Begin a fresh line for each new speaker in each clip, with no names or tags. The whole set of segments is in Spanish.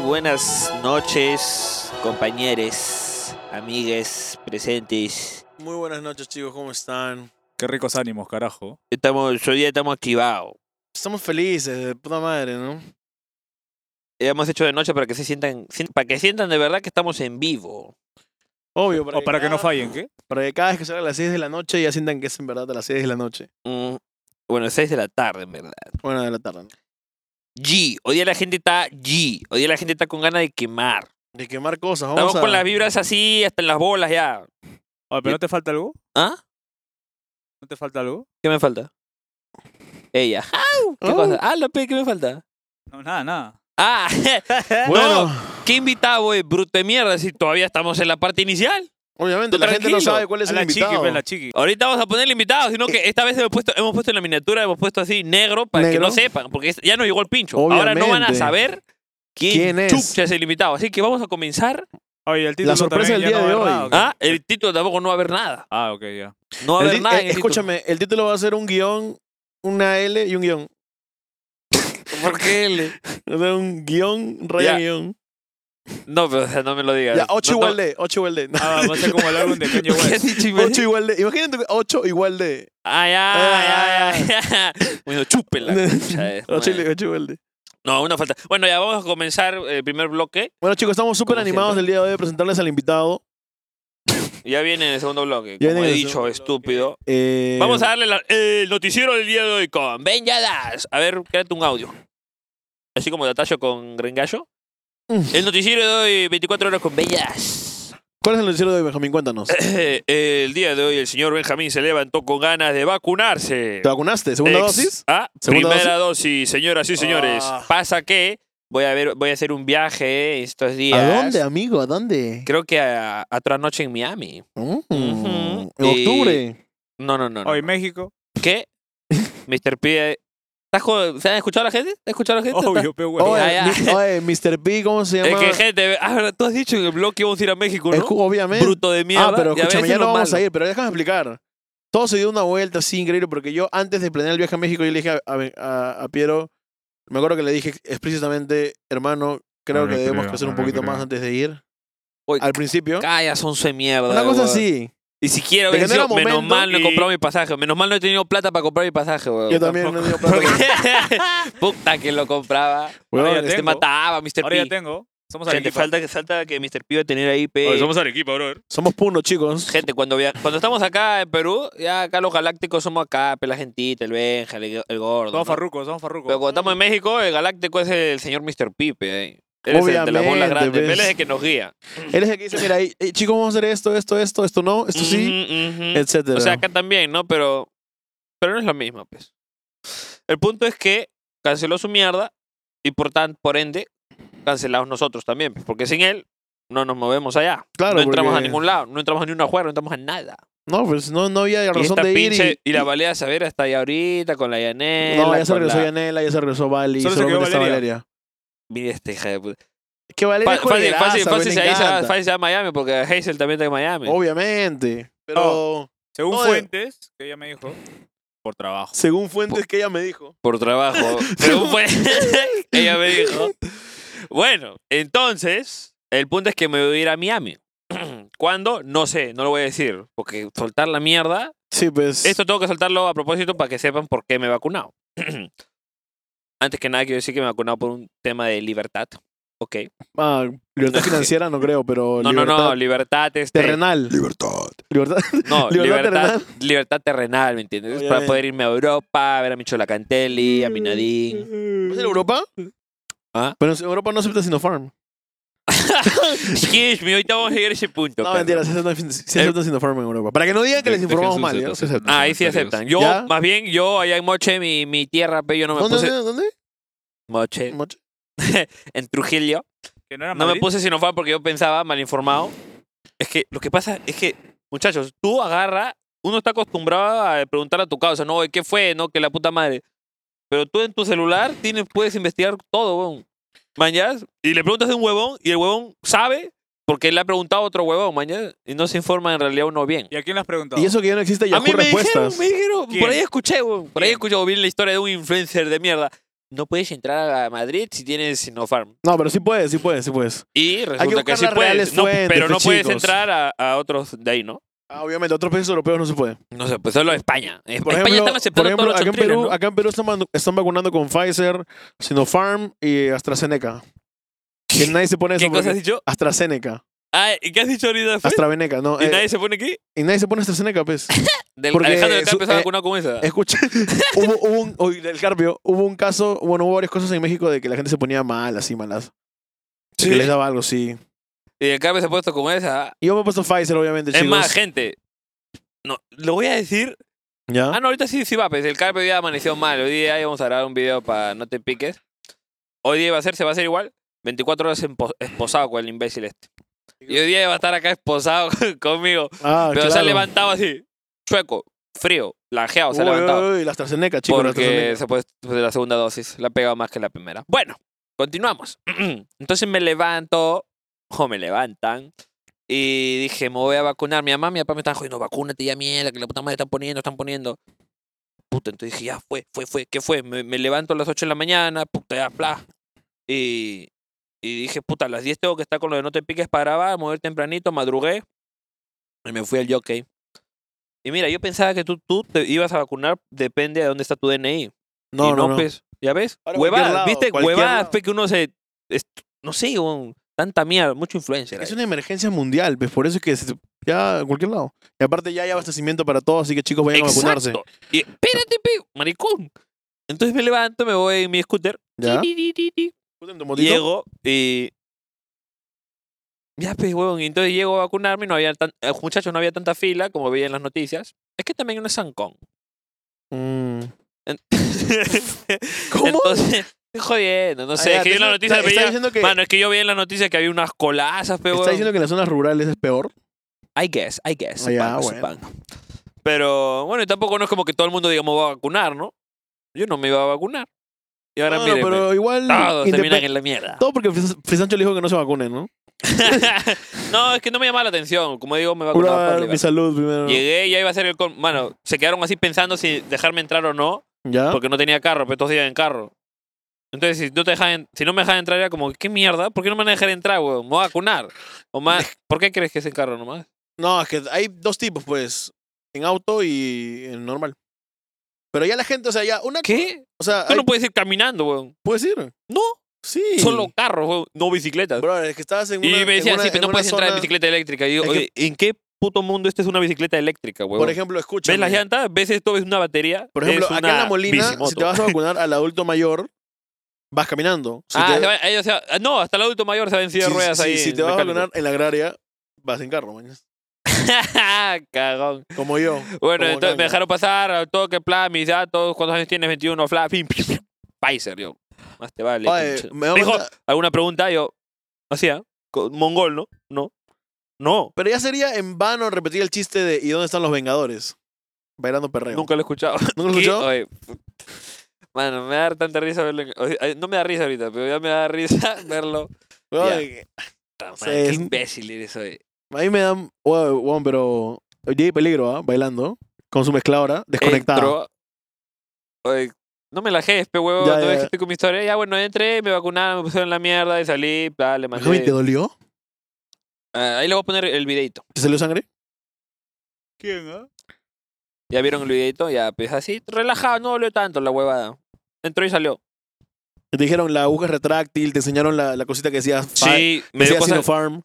buenas noches, compañeros, amigues, presentes.
Muy buenas noches, chicos, ¿cómo están?
Qué ricos ánimos, carajo.
Estamos, hoy día estamos activados.
Estamos felices, de puta madre, ¿no?
Hemos hecho de noche para que se sientan, sien- para que sientan de verdad que estamos en vivo.
Obvio,
O para que no
cada-
fallen, ¿qué?
Para que cada vez que salga a las 6 de la noche ya sientan que es en verdad a las 6 de la noche.
Mm, bueno, 6 de la tarde, en verdad.
Buena de la tarde. ¿no?
G, hoy día la gente está G, hoy día la gente está con ganas de quemar.
De quemar cosas, vamos
Estamos
a...
con las vibras así, hasta en las bolas ya.
Oye, pero ¿no te falta algo?
¿Ah?
¿No te falta algo?
¿Qué me falta? Ella. ¡Au! ¿Qué
¡Au!
pasa? Ah, la pe, ¿qué me falta?
No, nada, nada.
Ah,
Bueno,
¿Qué invitado, güey? Bruto de mierda, si todavía estamos en la parte inicial.
obviamente
tú
la gente no
tranquilo.
sabe cuál es
A
el
la chiqui,
invitado.
pues,
ve, la chiqui.
Ahorita vamos a poner el invitado, sino
Eh.
que esta vez hemos puesto, hemos puesto en la miniatura, hemos puesto así negro para que
Negro.
no sepan, porque es- ya nos llegó el pincho. Ahora no van a
Obviamente.
saber quién,
¿Quién es?
chucha es el invitado. Así que vamos a comenzar.
Oye, el título
sorpresa del
también ya
día
no
de
va a
hoy.
haber nada, ¿o
Ah, el título tampoco no va a haber nada.
qué? Ah, ok, ya.
No va a
El
haber
ti-
nada.
eh,
en este el título.
escúchame, el título va a ser un guión, una L y un guión.
¿Por qué le-
O sea, un guión, raya
Ya.
guión.
No, pero o sea, no me lo digas.
Ya, 8
No,
igual
no.
de, 8 igual de.
Ah, va a ser como el álbum de Kanye
¿Qué has
West.
dicho, imbécil?
8 igual de. Ah, Imagínate 8 igual de.
Ay, ay, ay,
ah.
ay. Bueno, chúpela. concha de su
8
madre.
igual de.
No, una falta. Bueno, ya vamos a comenzar el primer bloque.
Bueno, chicos, estamos súper
Como
animados
siempre.
el día de hoy de presentarles al invitado.
Ya viene el segundo bloque.
Ya
Como
viene
he
el
dicho,
segundo
estúpido.
Eh,
Vamos a darle la- el noticiero del día de hoy con Ben Yadas. A ver, créate un audio. Así como Datacho con Grengallo.
Mm.
El noticiero de hoy, 24 horas con Ben Yadas.
¿Cuál es el noticiero de hoy, Benjamín? Cuéntanos. ¿Te
el día de hoy, el señor Benjamín se levantó con ganas de vacunarse.
vacunaste? ¿Segunda
Ex-
dosis?
Ah,
¿Segunda
primera dosis, señoras y señores.
Ah.
Pasa que voy a ver, voy a hacer un viaje estos días.
¿A dónde, amigo? ¿A dónde?
Creo que a, a otra noche en Miami.
Mm,
Ujú.
En
Y-
octubre.
No, no, no. no.
Oye, México.
¿Qué? Mr. P. eh, ¿Estás jod- ¿Se han escuchado la gente? ¿Te has escuchado la gente?
Obvio, pero bueno.
Oh,
Oye,
ya, ya.
mi- oye, Mr. P, ¿cómo se
Es
llama?
que, gente, ah, ¿verdad? tú has dicho en el blog que íbamos a ir a México,
Es
¿no?
ju- Obviamente.
Bruto de mierda.
Ah, pero
Ya ves,
escúchame, ya
es lo
no vamos
malo.
a ir, pero déjame explicar. Todo se dio una vuelta así increíble, porque yo antes de planear el viaje a México, yo le dije a, a- a- a Piero, me acuerdo que le dije explícitamente, hermano, creo
No le
que debemos
creo,
crecer
no
un
le
poquito
creo.
más antes de ir.
Uy,
Al principio.
Calla, son su mierda.
Una cosa
weón.
así.
Ni siquiera
De que
hubiera
no era
sido- menos
momento
mal no he
y-
comprado mi pasaje. Menos mal no he tenido plata para comprar mi pasaje, weón.
Yo también no digo plata.
Porque- Puta que lo compraba.
Ahora ya
Se
tengo.
mataba, Mr.
Ahora ya
P.
tengo. Somos
Gente,
Arequipa.
falta que salta que Mr. P va a tener ahí pe.
Oye, somos Arequipa, brother.
Somos punos, chicos.
Gente, cuando via- cuando estamos acá en Perú, ya acá los galácticos somos acá, pe la gentita, el Benja, el, el gordo.
Somos
¿no?
farrucos, somos farrucos.
Pero cuando estamos en México, el galáctico es el señor Mr. Pipe. ahí. Él es el de las bolas
Obviamente,
grandes.
ves.
Él es el que nos guía.
Él es el que dice, mira, ahí, eh, chicos, vamos a hacer esto, esto, esto, esto no, esto sí,
Ujú, ujú.
etcétera.
O sea, acá también, ¿no? Pero, pero no es lo mismo, pues. El punto es que canceló su mierda y por, tan, por ende cancelados nosotros también, pues, porque sin él no nos movemos allá.
Claro,
no entramos
porque-
a ningún lado, no entramos a ninguna juega, no entramos a nada.
no, pues no, no había
Y
razón
esta
de ir. y-
pinche- y, la balea Savera está ahí ahorita con la Yanela.
no, ya se
con
regresó
la-
Yanela, ya se regresó Bali,
Solo se
solamente
quedó
está
Valeria.
Valeria.
Mira esta hija de puta.
Que
Fa-
Valeria es
Fácil,
culebraza,
fácil,
güey,
fácil,
le
se va-
encanta.
fácil se va a Miami porque Hazel también está en Miami.
Obviamente. Pero
Según
eh.
Oye.
fuentes, que ella me dijo, por trabajo.
según fuentes que ella me dijo.
por trabajo. Según fue, ella me dijo. Bueno, entonces, el punto es que me voy a ir a Miami. ¿Cuándo? No sé, no lo voy a decir. Porque soltar la mierda.
Sí, pues.
Esto tengo que soltarlo a propósito para que sepan por qué me he vacunado. Antes que nada, quiero decir que me he vacunado por un tema de libertad. Ok.
Ah, libertad financiera no creo, pero.
No, no,
libertad
no, libertad este,
Terrenal. Libertad. Libertad.
No,
¿Libertad
libertad, libertad terrenal, ¿me entiendes? Para
Obviamente. Mm.
poder irme a Europa, ver a mi Cholacantelli, a mi Nadine.
¿Vas a Europa?
Ah.
Pero en Europa no acepta Sinopharm.
Excuse me, ahorita vamos a llegar a ese punto.
No,
perro.
mentira, sí aceptan, sí aceptan Sinopharm en Europa. Para que no digan que
De-
les informamos
dejen
mal,
sus
¿eh? ¿ya? Sí
datos.
aceptan.
Ah, ahí sí aceptan. Yo,
¿Ya?
más bien, yo allá en Moche, mi, mi tierra, pero yo no me
¿Dónde,
puse.
dónde,
Moche,
dónde?
en Trujillo.
Que no era
No me
Madrid.
puse Sinopharm porque yo pensaba, mal informado. Es que lo que pasa es que, muchachos, tú agarra, uno está acostumbrado a preguntar a tu causa, no, ¿qué fue? No, que la puta madre. Pero tú en tu celular tienes, puedes investigar todo, weón. Mañas, y le preguntas a un huevón y el huevón sabe porque le ha preguntado a otro huevón, mañas, y no se informa en realidad uno bien.
¿Y a quién le has preguntado?
Y eso que ya no existe
A
Yahoo
mí me
Respuestas.
dijeron, me dijeron,
¿Quién?
por ahí escuché, weón. Por ahí
¿Quién?
escuché o vi la historia de un influencer de mierda no puedes entrar a Madrid si tienes Sinopharm.
No, pero sí puedes, sí puedes, sí puedes.
Y resulta que
buscar
sí
las
puedes.
reales
No,
fuentes,
pero no
pues,
puedes
chicos.
entrar a, a otros de ahí, ¿no?
Ah, obviamente, otros países europeos no se puede.
No sé, pues solo España. En
Por
España
ejemplo,
están
por
aceptando
ejemplo,
todos los
acá, en
chontriles,
Perú,
¿no?
acá en Perú están, manu- están vacunando con Pfizer, Sinopharm y AstraZeneca. Que nadie se pone eso.
¿Qué cosa has
porque-
dicho?
AstraZeneca.
Ah, ¿y ¿qué has dicho ahorita? Fue?
AstraZeneca, no.
¿Y
eh,
nadie se pone aquí?
y nadie se pone AstraZeneca, pues.
Del,
porque
Alejandro del
su-
Carpio se ha
eh,
vacunado con esa.
Escucha, hubo, hubo un, uy, del Carpio, hubo un caso, bueno, hubo varias cosas en México de que la gente se ponía mal, así, malas.
Sí.
Que les daba algo, sí.
Y el Carpio se ha puesto con esa.
Y yo me he puesto Pfizer, obviamente,
Es
chicos.
más, gente. No, lo voy a decir.
¿Ya?
Ah, no, ahorita sí, sí va, pues el Carpio ya amaneció mal. Hoy día íbamos a grabar un video para No Te Piques. Hoy día va a ser, se va a hacer igual. 24 horas empo- esposado con el imbécil este. Y hoy día va a estar acá esposado conmigo.
Ah,
Pero se ha
claro.
levantado así, chueco, frío, lajeado, se ha
Uy,
levantado.
uy, uy, la AstraZeneca, chicos, la
porque
AstraZeneca.
se puede, pues, la segunda dosis la pega más que la primera. Bueno, continuamos. Entonces me levanto, o me levantan, y dije, me voy a vacunar. Mi mamá, mi papá me están jodiendo, vacúnate ya mierda, que la puta madre están poniendo, están poniendo. Puta, entonces dije, ya fue, fue, fue, ¿qué fue? Me, me levanto a las 8 de la mañana, puta, ya, bla. Y, y dije, puta, a las 10 tengo que estar con lo de no te piques para grabar, mover tempranito, madrugué. Y me fui al jockey. Y mira, yo pensaba que tú, tú te ibas a vacunar, depende de dónde está tu DNI. y
No, no, no.
pues, ¿ya ves?
Ahora,
huevadas,
cualquier lado,
¿viste?
cualquier
Huevadas,
lado.
pues, que uno se... es- no sé, weón, tanta mierda, mucho influencer.
Es
ahí.
una emergencia mundial, pues por eso es que se- ya en cualquier lado. Y aparte ya hay abastecimiento para todos, así que chicos vayan a vacunarse.
Exacto. Y, espérate, pe, maricón. Entonces me levanto, me voy en mi scooter.
¿Ya?
Ti, ti, ti, ti.
¿Escuchan tu motito?
Llego y... Ya, pues, huevón. Y entonces llego a vacunarme y no había tan... eh, Muchachos, no había tanta fila como veía en las noticias. Es que también no es Sancón.
Mm.
Entonces, estoy jodiendo, no
Ah,
sé.
ya,
es que yo en la
está-
noticia
está-
veía-
está diciendo que-
Mano, es que yo vi en la noticia que había unas colazas, pero.
¿Está diciendo que en las zonas rurales es peor?
I guess, I guess.
Ah, ya,
supongo,
bueno.
supongo. Pero bueno, y tampoco no es como que todo el mundo, digamos, va a vacunar, ¿no? Yo no me iba a vacunar. Y ahora
No, no,
míreme,
Ah, pero igual...
todos
independ-
terminan en la mierda.
Todo porque Fris- Frisancho le dijo que no se vacunen, ¿no?
no, es que no me llamaba la atención. Como digo, me vacunaba por
Curar mi
libertad.
salud primero.
Llegué y ya iba a ser el. Con... Mano, se quedaron así pensando si dejarme entrar o no.
¿Ya?
porque no tenía carro, pero todos iban en carro. Entonces, si no, te dejan, en- si no me dejan entrar, era como, ¿qué mierda? ¿Por qué no me van a dejar entrar, weón? Me voy a vacunar. O más, ¿por qué crees que es en carro nomás?
No, es que hay dos tipos, pues. En auto y en normal. Pero ya la gente, o sea, ya una...
¿Qué?
O sea,
Tú
hay-
no puedes ir caminando, weón.
¿puedes ir?
No,
Sí.
solo carros, weón, no bicicletas.
Bro, es que estabas en una...
y me
en
decían,
una-
sí, pero
en
no
una
puedes entrar en
zona-
bicicleta eléctrica. Y yo,
Es que-
oye, ¿en qué puto mundo esta es una bicicleta eléctrica, weón?
Por ejemplo, escucha.
¿Ves las llantas? ¿Ves esto? ¿Ves una batería?
Por ejemplo,
Es
acá en
una
La Molina, si
bicimoto.
te vas a vacunar al adulto mayor, vas caminando. Si
ah,
te,
se va- ellos se va- ah, no, hasta el adulto mayor se va en silla de
si-
ruedas
si-
ahí.
si
en
te vas a
mecánico.
vacunar en la agraria, vas en carro, mañas.
Cagón.
Como yo.
Bueno,
como
entonces
ñaño.
me dejaron pasar al toque, plan, mis datos, "Ah, cuántos años tienes, 21, fla, pim, pim, pim. Pfizer, yo. Más te vale.
Oye,
concha.
me da
Dijo,
cuenta-
¿alguna pregunta? Yo, hacía, mongol, ¿no? No. No,
pero ya sería en vano repetir el chiste de ¿y dónde están los Vengadores? Bailando perreo.
nunca lo he escuchado.
¿Nunca lo
¿Qué?
escuchó?
Oye, Mano, me da tanta risa verlo. en- o sea, No me da risa ahorita, pero ya me da risa verlo. Oh,
Oye,
Puta madre,
sea,
qué
es-
imbécil eres hoy.
A mí me dan. Wow, pero. Oye, hay peligro, ¿ah? Bailando. Con su mezcladora, desconectada.
Entró- Oye, no me la pe huevo,
Ya,
no
ya,
ves que
ya.
estoy con mi historia. Ya, bueno, entré, me vacunaron, me pusieron la mierda y salí, bla, le mandé.
Benjamín, ¿Te dolió?
Ah, ahí le voy a poner el videito.
¿Te salió sangre?
¿Quién, ah?
Ya vieron el videito, ya pues así, relajado, no dolió tanto la huevada. Entró y salió.
Te dijeron la aguja retráctil, te enseñaron la, la cosita que decía. Fi- que
me dio
decía
cosa-
Sinopharm.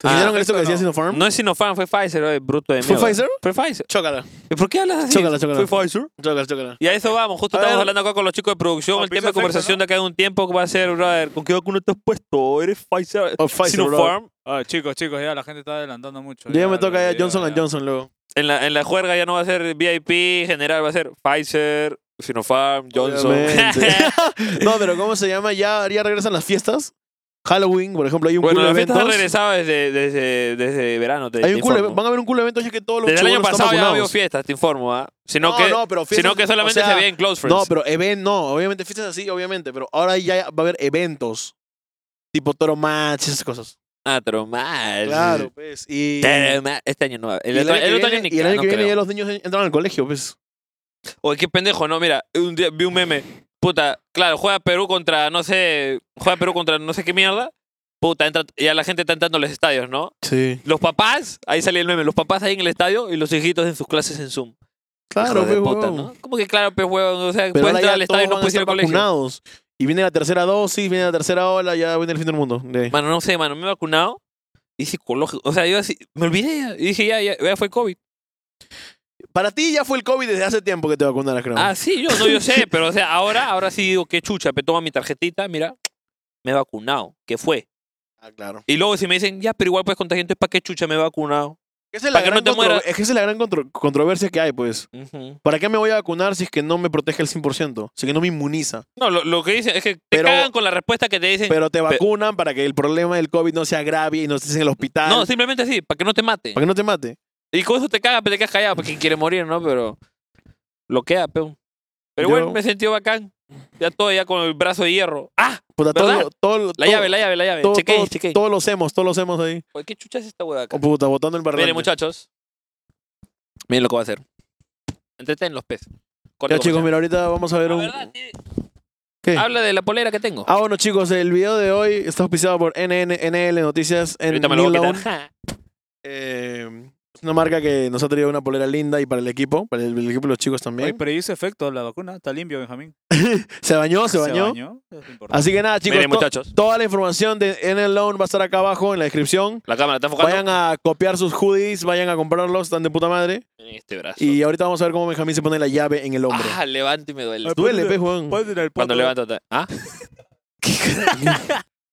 ¿Te
Ah,
enseñaron esto que
perfecto,
decía
no.
Sinopharm?
No es Sinopharm, fue Pfizer, oye, bruto de
¿Fue
mierda.
Pfizer?
Fue Pfizer.
Chócala,
¿Y ¿Por qué hablas así?
chócala, chócala.
Fue Pfizer.
Chócala, chócala.
Y a eso vamos, justo
A
estamos
ver.
hablando acá con los chicos de producción.
Con
el tema de
Pizza
conversación
Effect,
de
¿no?
acá de un tiempo va a ser, brother, ¿con qué vacuna te has puesto? ¿Eres Oh, Pfizer?
O Pfizer, Oh, bro.
Sinopharm.
Ah, chicos, chicos, ya la gente está adelantando mucho.
Ya me toca ya
ya,
Johnson
ya.
Johnson luego.
En la, en la juerga ya no va a ser VIP, general va a ser Pfizer, Sinopharm, Johnson.
Obviamente. no, pero ¿cómo se llama? Ya, ya regresan las fiestas. Halloween, por ejemplo, hay un
bueno,
culo
la
de
fiesta ha
eventos.
regresado desde, desde, desde verano. Te,
Hay un
te
culo de-
informo.
van a haber un culo de eventos ya que todos los
Desde el año
chibolos
pasado
están
ya no ha habido
vacunados.
fiestas, te informo, ¿ah? Sino, que,
no, pero
sino que
o
solamente
sea,
se veía en Close Friends.
No, pero even, no, obviamente fiestas así, obviamente, pero ahora ya va a haber eventos. Tipo toro match, esas cosas.
Ah, tromar.
Claro, pues. Y,
Tromar. Este año no. El,
y
otro, el
que
otro
viene,
año ni
y el año
no
que viene
creo.
ya los niños entran al colegio, pues.
Oye, qué pendejo, no, mira, un día vi un meme. Puta, claro, juega Perú contra, no sé, juega Perú contra no sé qué mierda. Puta, entra, ya la gente está entrando a los estadios, ¿no?
Sí.
Los papás, ahí salía el meme, los papás ahí en el estadio y los hijitos en sus clases en Zoom.
Claro,
Hijo de
pues,
puta,
huevón.
¿no? ¿Cómo que claro, pues, huevón? O sea,
Pero
puedes
ahora
entrar
ya
al estadio y
todos
no
van a
puedes ir
estar
al colegio.
vacunados. Y viene la tercera dosis, viene la tercera ola, ya viene el fin del mundo. De-
Mano, no sé, mano, me he vacunado y psicológico. O sea, yo así, me olvidé y dije, ya, ya, ya fue COVID.
Para ti ya fue el COVID desde hace tiempo que te vacunaras, creo.
Ah, sí, yo no, yo sé, pero o sea, ahora, ahora sí digo, qué chucha, pero toma mi tarjetita, mira, me he vacunado, ¿qué fue?
Ah, claro.
Y luego si me dicen, ya, pero igual puedes contagiar, entonces, ¿para qué chucha me he vacunado?
Esa es, la
Para que
gran
no te
contro-
mueras.
es que esa es la gran contro- controversia que hay, pues.
Ujú.
¿Para qué me voy a vacunar si es que no me protege al 100%? Si es que no me inmuniza.
No, lo, lo que dicen es que te
Pero-
cagan con la respuesta que te dicen.
Pero te vacunan para que el problema del COVID no se agrave y no estés en el hospital.
no, simplemente así, para que no te mate.
para que no te mate.
Y con eso te cagas, pero te quedas callado, porque quiere morir, ¿no? Pero lo queda, peón. Pero
Yo-
bueno, me he sentido bacán. Ya todo ya con el brazo de hierro. ¡Ah!
Puta, todo,
¿Verdad?
lo- todo, lo-
La
todo-
llave, la llave, la llave.
todo-
chequé,
todo-
chequé.
Todos los hemos, todos los hemos ahí.
Oye, ¿Qué chucha es esta hueá acá?
Oh, puta, botando el barril.
Miren, muchachos. Miren lo que va a hacer. Entreten los peces. Corte
Ya, chicos,
comercial.
mira, ahorita vamos a ver
La
un.
verdad, sí.
¿Qué?
Habla de la polera que tengo.
Ah, bueno, chicos, el video de hoy está auspiciado por NNNL Noticias en
Ahorita me lo voy a quitar.
New Lawn.
Ja.
Eh, es una marca que nos ha traído una polera linda y para el equipo, para el, el equipo de los chicos
Oye,
también.
pero hizo efecto la vacuna. Está limpio, Benjamín.
se bañó, se bañó.
Eso es lo importante.
Así que nada, chicos,
Miren,
to-
muchachos.
toda la información de NN Loan va a estar acá abajo en la descripción.
La cámara está enfocando.
Vayan a copiar sus hoodies, vayan a comprarlos, están de puta madre.
En este brazo.
Y ahorita vamos a ver cómo Benjamín se pone la llave en el hombro.
Ah, levanto y me duele.
Ay,
Duele, pe,
ponte-
Juan.
ponte el
Cuando
poto.
levanto. ta- ¿Ah?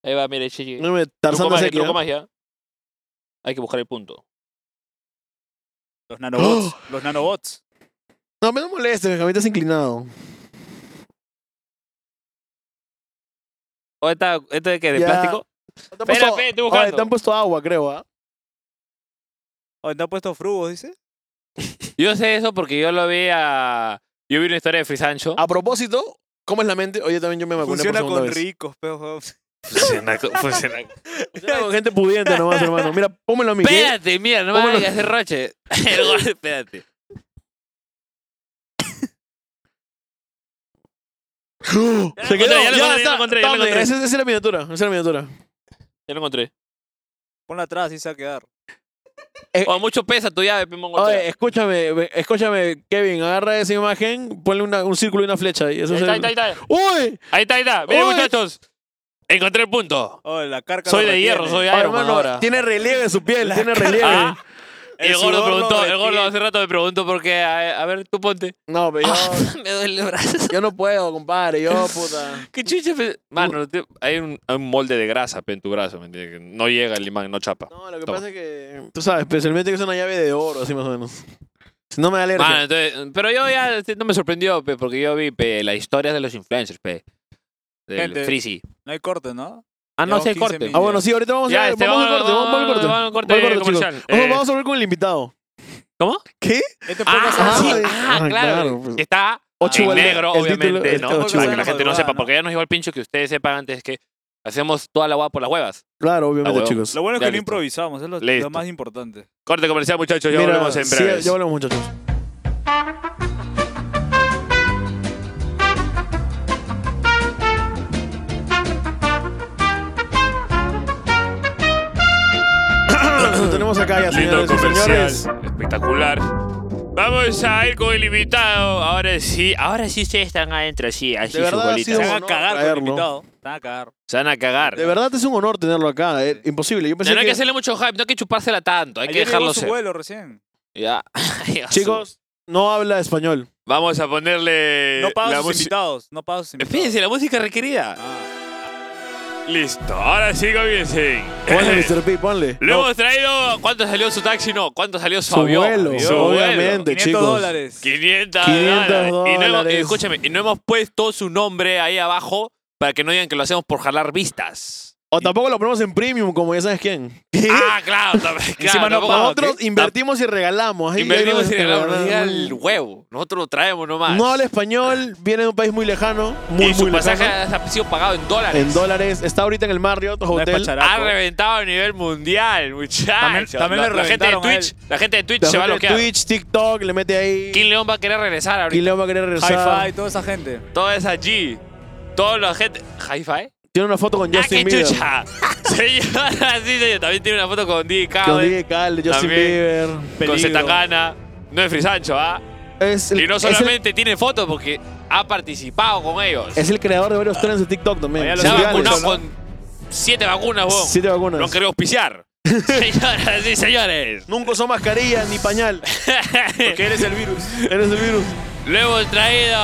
Ahí va, mire, chichi.
No me Tarzán
Truco
no hace
magia,
aquí, ¿no?
truco magia. Hay que buscar el punto.
Los nanobots.
¡Oh!
Los nanobots.
No, me no molestes, Benjamín, estás inclinado.
¿O Oh, esta, esta de qué? ¿De
Ya.
plástico?
Te han
Espera,
puesto-
pe, estoy buscando.
Oye, te han puesto agua, creo, ¿ah?
Oh, ¿Te han puesto frugos, dice?
Yo sé eso porque yo lo vi a... Yo vi una historia de Frisancho.
A propósito, ¿cómo es la mente? Oye, también yo me vacuné
Funciona
por segunda
con
vez.
ricos, pero... oh,
Funciona, funciona.
Funciona con gente pudiente nomás, hermano. Mira, pónmelo a mi
Espérate, mira, no me
¿Cómo lo-
hagas hacer roche. Espérate.
Se quedó,
encontré, ya
ya,
lo encontré, ya lo
está.
encontré, ya lo
Tome,
encontré.
Esa, esa es la miniatura, esa es la miniatura.
Ya lo encontré.
Ponla atrás y se va a quedar.
O Eh, oh, mucho pesa tu llave, Pimón.
Oye, escúchame, ve- escúchame, Kevin, agarra esa imagen, ponle una- un círculo y una flecha. Y eso
ahí
es
está, ahí
el-
está, ahí está.
¡Uy!
Ahí está, ahí está. Miren,
Oye.
muchachos. Encontré el punto.
Oh, la carca
Soy
lo
de hierro, soy
retiene.
Iron Man
hermano,
ahora.
tiene relieve en su piel, tiene relieve.
Ah, y
El
el gordo
sudor lo
preguntó, el
retiene.
gordo hace rato me preguntó por qué. A, a ver, tú ponte.
No, pero yo,
me duele el brazo.
yo no puedo, compadre, yo, puta.
¿Qué chucha? pe- Mano, te- hay un, hay un molde de grasa pe, en tu brazo, ¿me entiendes? Que No llega el imán, no chapa.
No, lo que
Toma.
pasa es que, tú sabes, especialmente que es una llave de oro, así más o menos. Si no me da alergia.
Mano, entonces, pero yo ya este, no me sorprendió, pe, porque yo vi pe, las historias de los influencers, pe. Del
Gente.
Freezy.
No hay corte, ¿no?
Ah, no
Llevamos
sé el
15
corte.
minutos.
ah, bueno, sí, ahorita vamos a
Ya,
ver,
este,
vamos al corte, vamos al corte.
Vamos al corte,
Vamos al corte, chicos.
comercial.
Ojo,
Eh,
vamos a hablar con el invitado.
¿Cómo?
¿Qué?
Este
Ah,
podcast
Ah,
sí,
sí.
ah,
Ah, claro,
claro.
pues.
que Está
Ocho
en
igual,
negro,
el título
obviamente,
es
¿no?
ocho
Para que la
igual.
gente no
madrugada,
sepa,
¿no?
porque ya nos llegó el pincho que ustedes sepan antes que hacemos toda la guapa por las huevas.
Claro, obviamente,
Ah, huevo.
chicos.
Lo bueno es
Ya
que lo
listo.
improvisamos, es lo, lo
Listo.
más importante.
Corte comercial, muchachos, ya volvemos en
sí,
breves.
ya volvemos, muchachos. Lo tenemos acá ya,
Lindo
señores y
comercial.
señores.
Espectacular. Vamos a ir con el invitado. Ahora sí, ahora sí ustedes están adentro, sí, así
De verdad,
sus
ha
bolitas.
sido
Se
un
van
honor
a cagar con el
traerlo.
invitado. Se van a cagar.
Se van a cagar.
De verdad es un honor tenerlo acá. eh, imposible. Yo
Ya
pensé
no hay Pues que
que-
hacerle mucho hype, no hay que chupársela tanto, hay que
Ayer llegó
dejarlo
su
ser.
vuelo recién.
Ya. Ya,
Chicos, no habla español.
su- Vamos a ponerle
No paga
Eh, la
sus
música.
invitados. No paga sus invitados.
Espérense, la música requerida.
Ah,
Listo, ahora sí comiencen.
Ponle, Mr. P, ponle.
Lo hemos traído. ¿Cuánto salió su taxi? No, ¿cuánto salió su,
Su
avión?
vuelo,
Avión.
obviamente,
500
chicos.
dólares.
500,
500
dólares. Y no hemos,
dólares.
escúchame, y no hemos puesto su nombre ahí abajo para que no digan que lo hacemos por jalar vistas.
O tampoco lo ponemos en premium, como ya sabes quién.
Ah, claro, tam- claro,
Encima no
tampoco-
paga.
Nosotros
ok.
invertimos y regalamos. ahí- ahí
Invertimos
nos-
y regalamos, nos llega el
No
huevo. Nosotros lo traemos nomás.
no habla español, viene de un país muy lejano. Muy,
y su
muy
pasaje
lejano.
ha sido pagado en dólares.
En dólares. Está ahorita en el Marriott
No es
Hotel.
Ha
pacharaco.
reventado a nivel mundial, muchachos.
También- también
la,
le
la gente de
reventaron a
Twitch, la gente de Twitch
La
se va a
gente de
bloquear.
Twitch, TikTok, le mete ahí.
King León va a querer regresar ahorita.
Y le va a querer regresar.
Hi-Fi, toda esa gente.
Todo es allí. Toda la gente. ¿Hi-Fi?
Tiene una foto con
¡Ah,
Justin
qué
Bieber.
chucha! Señora, sí, señor. También tiene una foto con DJ
Con
Khaled,
DJ Khaled, Justin
También.
Bieber.
con
Peligro.
Zetangana. No es Frisancho, ¿ah?
Es el,
Y no
es el-
solamente tiene fotos porque ha participado con ellos.
Es el creador de varios trends de TikTok también.
Oye, lo
Se ha
Mundiales,
vacunado
¿no?
con siete vacunas, weón.
Siete vacunas.
No han querido auspiciar. Señoras y señores.
Nunca usó mascarilla ni pañal.
Porque eres el virus.
Eres el virus.
Lo hemos traído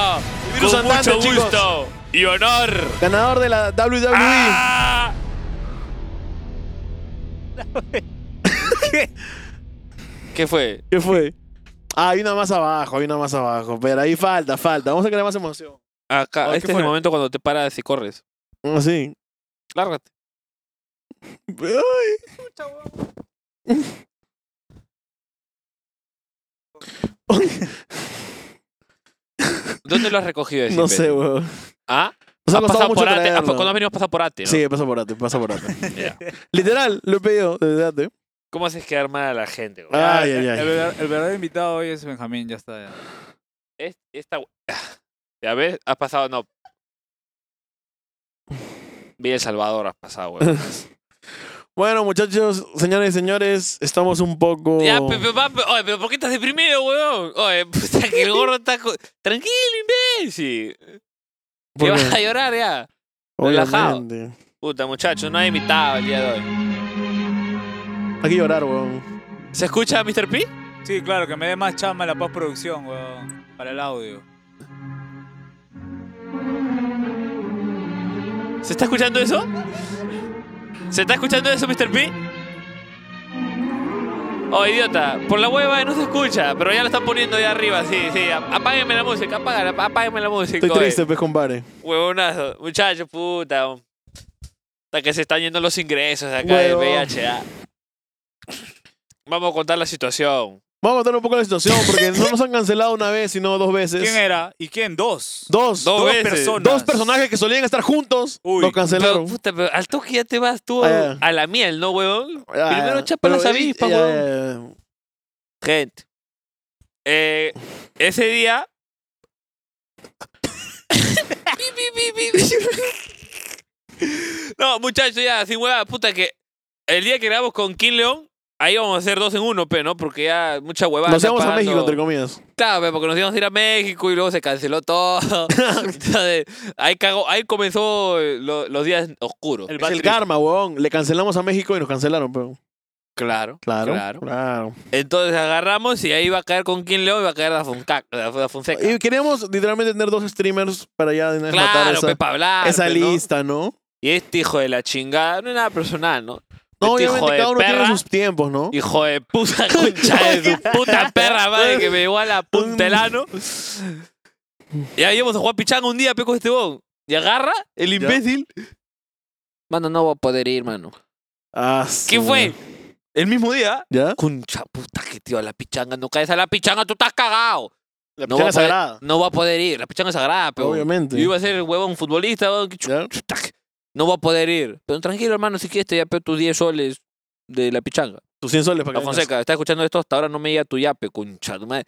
virus
con
andante,
mucho
chicos.
gusto y honor.
Ganador de la E. WWE.
¡Ah! ¿Qué fue?
¿Qué fue? Ah, hay una más abajo, hay una más abajo. Pero ahí falta, falta. Vamos a crear más emoción.
Acá,
Ah, ¿qué
este es
fue?
el momento cuando te paras y corres.
Así.
Lárgate.
Ay.
¿Dónde lo has recogido ese
No
imbécil?
sé, weón.
¿Ah?
Nos
Ha
ha costado
pasado
mucho
por ate. Ah,
traerlo.
cuando has venido has pasado por ate, ¿no?
Sí, pasaporte, pasaporte.
Ya.
Literal, lo he pedido desde antes.
¿Cómo haces quedar mal a la gente? güey?
Ay, ay,
el,
ay.
el verdad- el verdadero invitado hoy es Benjamín, ya está. ya.
Es- esta... we- Ya ves, has pasado, no. Villa El Salvador has pasado, güey.
Bueno, muchachos, señores y señores, estamos un poco.
Ya, pe- pe- pa- pe- oye, pero ¿por qué estás deprimido, weón? Oye, puta, que el gordo está... co- Tranquilo, imbécil. Que
porque,
vas a llorar ya. relajado.
obviamente,
Puta, muchacho, no hay invitado el día de hoy.
Hay que llorar, weón.
¿Se escucha Mr. P?
Sí, claro, que me dé más chamba en la postproducción, weón. Para el audio.
¿Se está escuchando eso? ¿Se está escuchando eso, Mr. P? Oh, idiota, por la hueva eh, no se escucha, pero ya lo están poniendo ahí arriba, sí, sí. a- Apáguenme la música, apágala, ap- apáguenme la música.
Estoy
oye.
triste, pues, compadre.
Huevonazo, muchachos, puta. Hasta que se están yendo los ingresos de acá del
Huevo.
VIH. ah. Vamos a contar la situación.
Vamos a contar un poco la situación, porque no nos han cancelado una vez, sino dos veces.
¿Quién era? ¿Y quién? Dos.
Dos.
Dos
Dos,
veces.
personas.
personajes que solían estar juntos
Uy,
Pero,
los cancelaron.
puta, pero al toque ya te vas tú
Ah,
a,
ya.
a la miel, ¿no, huevón?
Ya,
Primero
ya.
chapa las
Pero, eh,
avispas,
ya,
huevón.
ya, ya.
Gente. eh, ese día. Pi, pi, pi, pi, pi. no, muchachos, ya, sin hueva, puta, que el día que grabamos con King León, ahí vamos a hacer dos en uno, pero ¿no? Porque ya mucha huevada.
Nos
está
íbamos a
pagando.
México, entre comillas.
Claro, pe, porque nos íbamos a ir a México y luego se canceló todo. Entonces, ahí, cagó, ahí comenzó eh, lo- los días oscuros.
El
Es el
Patrick.
karma, huevón. Le cancelamos a México y nos cancelaron, pero.
Claro,
Claro.
Claro.
Claro.
Entonces agarramos y ahí iba a caer con King León y va a caer la, Funcac, la, la Fonseca.
Y queríamos literalmente tener dos streamers para ya de una vez matar
Claro,
esa,
pe, pa' hablar.
esa
pe, ¿no?
lista, ¿no?
Y este hijo de la chingada, no es nada personal, ¿no?
No,
este hijo
obviamente
de
cada uno
perra,
tiene sus tiempos, ¿no?
hijo de puta concha de su puta perra madre que me llevó a la punta del ano. Y ahí íbamos a jugar pichanga un día, peco este bon. Y agarra el imbécil. Mano, no voy a poder ir, mano.
Ah,
¿Qué
su-
fue? El mismo día.
¿Ya?
Concha puta que tío, la pichanga, no caes a la pichanga, tú estás cagado.
La
No
pichanga
va a poder-
sagrada.
No voy a poder ir, la pichanga es sagrada, pero.
Obviamente.
Yo iba a ser huevón futbolista, huevón, que chu-
¿Ya?
Tac. No voy a poder ir. Pero tranquilo, hermano, si quieres te yapeo tus 10 soles de la pichanga.
Tus 100 soles para
La
que
Fonseca, está escuchando esto, hasta ahora no me llega tu yape, concha tu madre.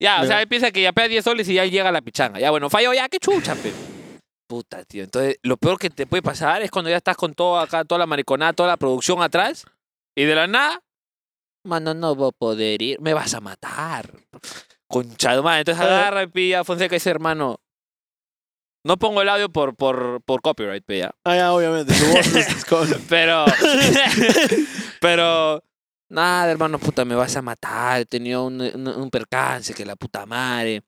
Ya, o
Mira.
sea, él piensa que yapea 10 soles y ya llega la pichanga. Ya, bueno, fallo ya, qué chucha, pe. Puta, tío. Entonces, lo peor que te puede pasar es cuando ya estás con todo acá, toda la mariconada, toda la producción atrás, y de la nada, mano, no voy a poder ir, me vas a matar. Concha tu madre. Entonces
Ah.
agarra y pilla a Fonseca y dice, hermano, no pongo el audio por, por, por copyright, pe, ya.
Ah, ya, obviamente. Su voz es con...
Pero. pero. Nada, hermano, puta, me vas a matar. He tenido un, un- un percance, que la puta madre.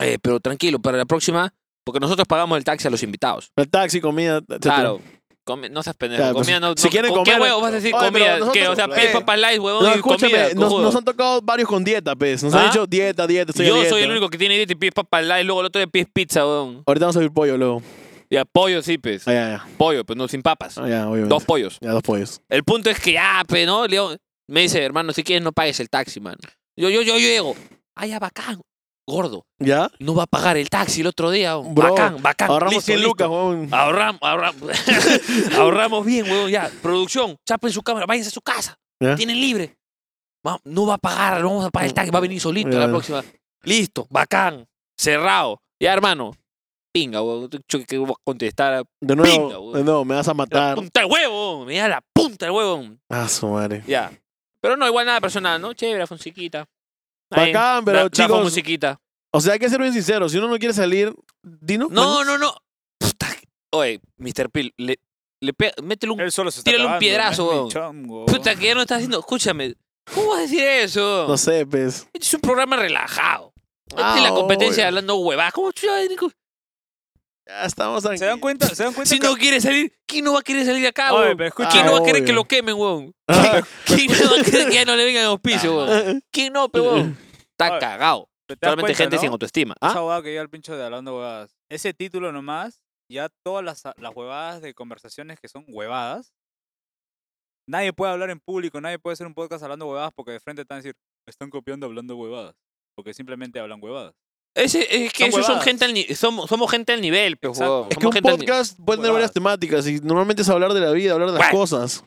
Eh, pero tranquilo, para la próxima, porque nosotros pagamos el taxi a los invitados.
El taxi, comida, etc.
Claro. Come- no seas pendejo.
Claro, pues,
comida no,
si
no-
quieren
¿con ¿Qué
comer-
huevo vas a decir
Oye, pero
comida? Que, o sea,
nosotros-
pez,
eh,
papas light, huevón,
No,
y
escúchame,
comida.
nos,
cojudo.
nos han tocado varios con dieta, pues. Nos
¿Ah?
han dicho dieta, dieta, estoy a
Yo
dieta.
soy el único que tiene dieta y pides papas light, luego el otro día pides pizza, huevón.
Ahorita vamos a ir pollo luego.
Ya, Ya, pollo sí, pues.
Ah, ya, ya.
Pollo, pues no, sin papas.
Ah, ya, obviamente.
Dos pollos.
Ya, dos pollos.
El punto es que ya, pe, ¿no? León me dice, hermano, si quieres no pagues el taxi, mano. Yo, yo, yo llego. Ah, ya, bacán. Gordo,
¿Ya?
no va a pagar el taxi el otro día. weón.
Bro,
bacán, bacán.
Ahorramos Ah,
Listo,
100
listo.
lucas, weón.
Ahorramos, ahorramos. ahorramos bien, weón, ya. Producción, chapen su cámara, váyanse a su casa.
Ya.
Tienen libre. Va- no va a pagar, no vamos a pagar el taxi, va a venir solito
Ya.
la próxima. Listo, bacán, cerrado. Ya, hermano. Pinga, weón. Yo que voy a contestar.
De
Pinga,
nuevo,
weón.
de nuevo, me vas a
La
matar.
punta del huevo, me da la punta del huevo.
Ah, su madre.
Ya. Pero no, igual nada personal, ¿no? Chévere, la funcioncita.
Bacán, pero
la, La
chicos-
funcioncita.
O sea, hay que ser bien sincero. Si uno no quiere salir, dino. pues,
No, no, no. Puta. Oye, Mr. Pil, le, le pe- métele un
Él solo se está
Tírale un
cagando,
piedrazo,
no es
weón.
mi chongo.
Puta, que ya no estás haciendo. Escúchame. ¿Cómo vas a decir eso?
No sé, pues.
Este es un programa relajado. Esta
Ah,
es la competencia
obvio.
hablando huevas. ¿Cómo chucha, Nico?
Ya estamos
¿Se dan cuenta? ¿Se dan cuenta?
Si
que-
no quiere salir, ¿quién no va a querer salir de acá,
Oye,
weón?
pero escucha.
¿Quién no va a
Ah,
querer
obvio.
que lo quemen, weón?
Ah.
¿Quién no va a querer que ya no le vengan auspicio, weón? ¿Quién no, pe, weón? Está
Oye,
cagado.
¿Te das
Solamente
cuenta,
gente
no?
sin autoestima. ¿Ah?
Esa huevada que yo al pincho de hablando huevadas. Ese título nomás, ya todas las, las huevadas de conversaciones que son huevadas. Nadie puede hablar en público, nadie puede hacer un podcast hablando huevadas porque de frente están a decir, están copiando hablando huevadas. Porque simplemente hablan huevadas.
Ese, es que
Son
esos son
huevadas.
gente al ni- somos, somos gente al nivel, pe,
Exacto.
weón.
Es que
Somos
un
gente al ni-
podcast puede tener varias
Huevadas.
temáticas y normalmente es hablar de la vida, hablar de las
Bueno.
cosas.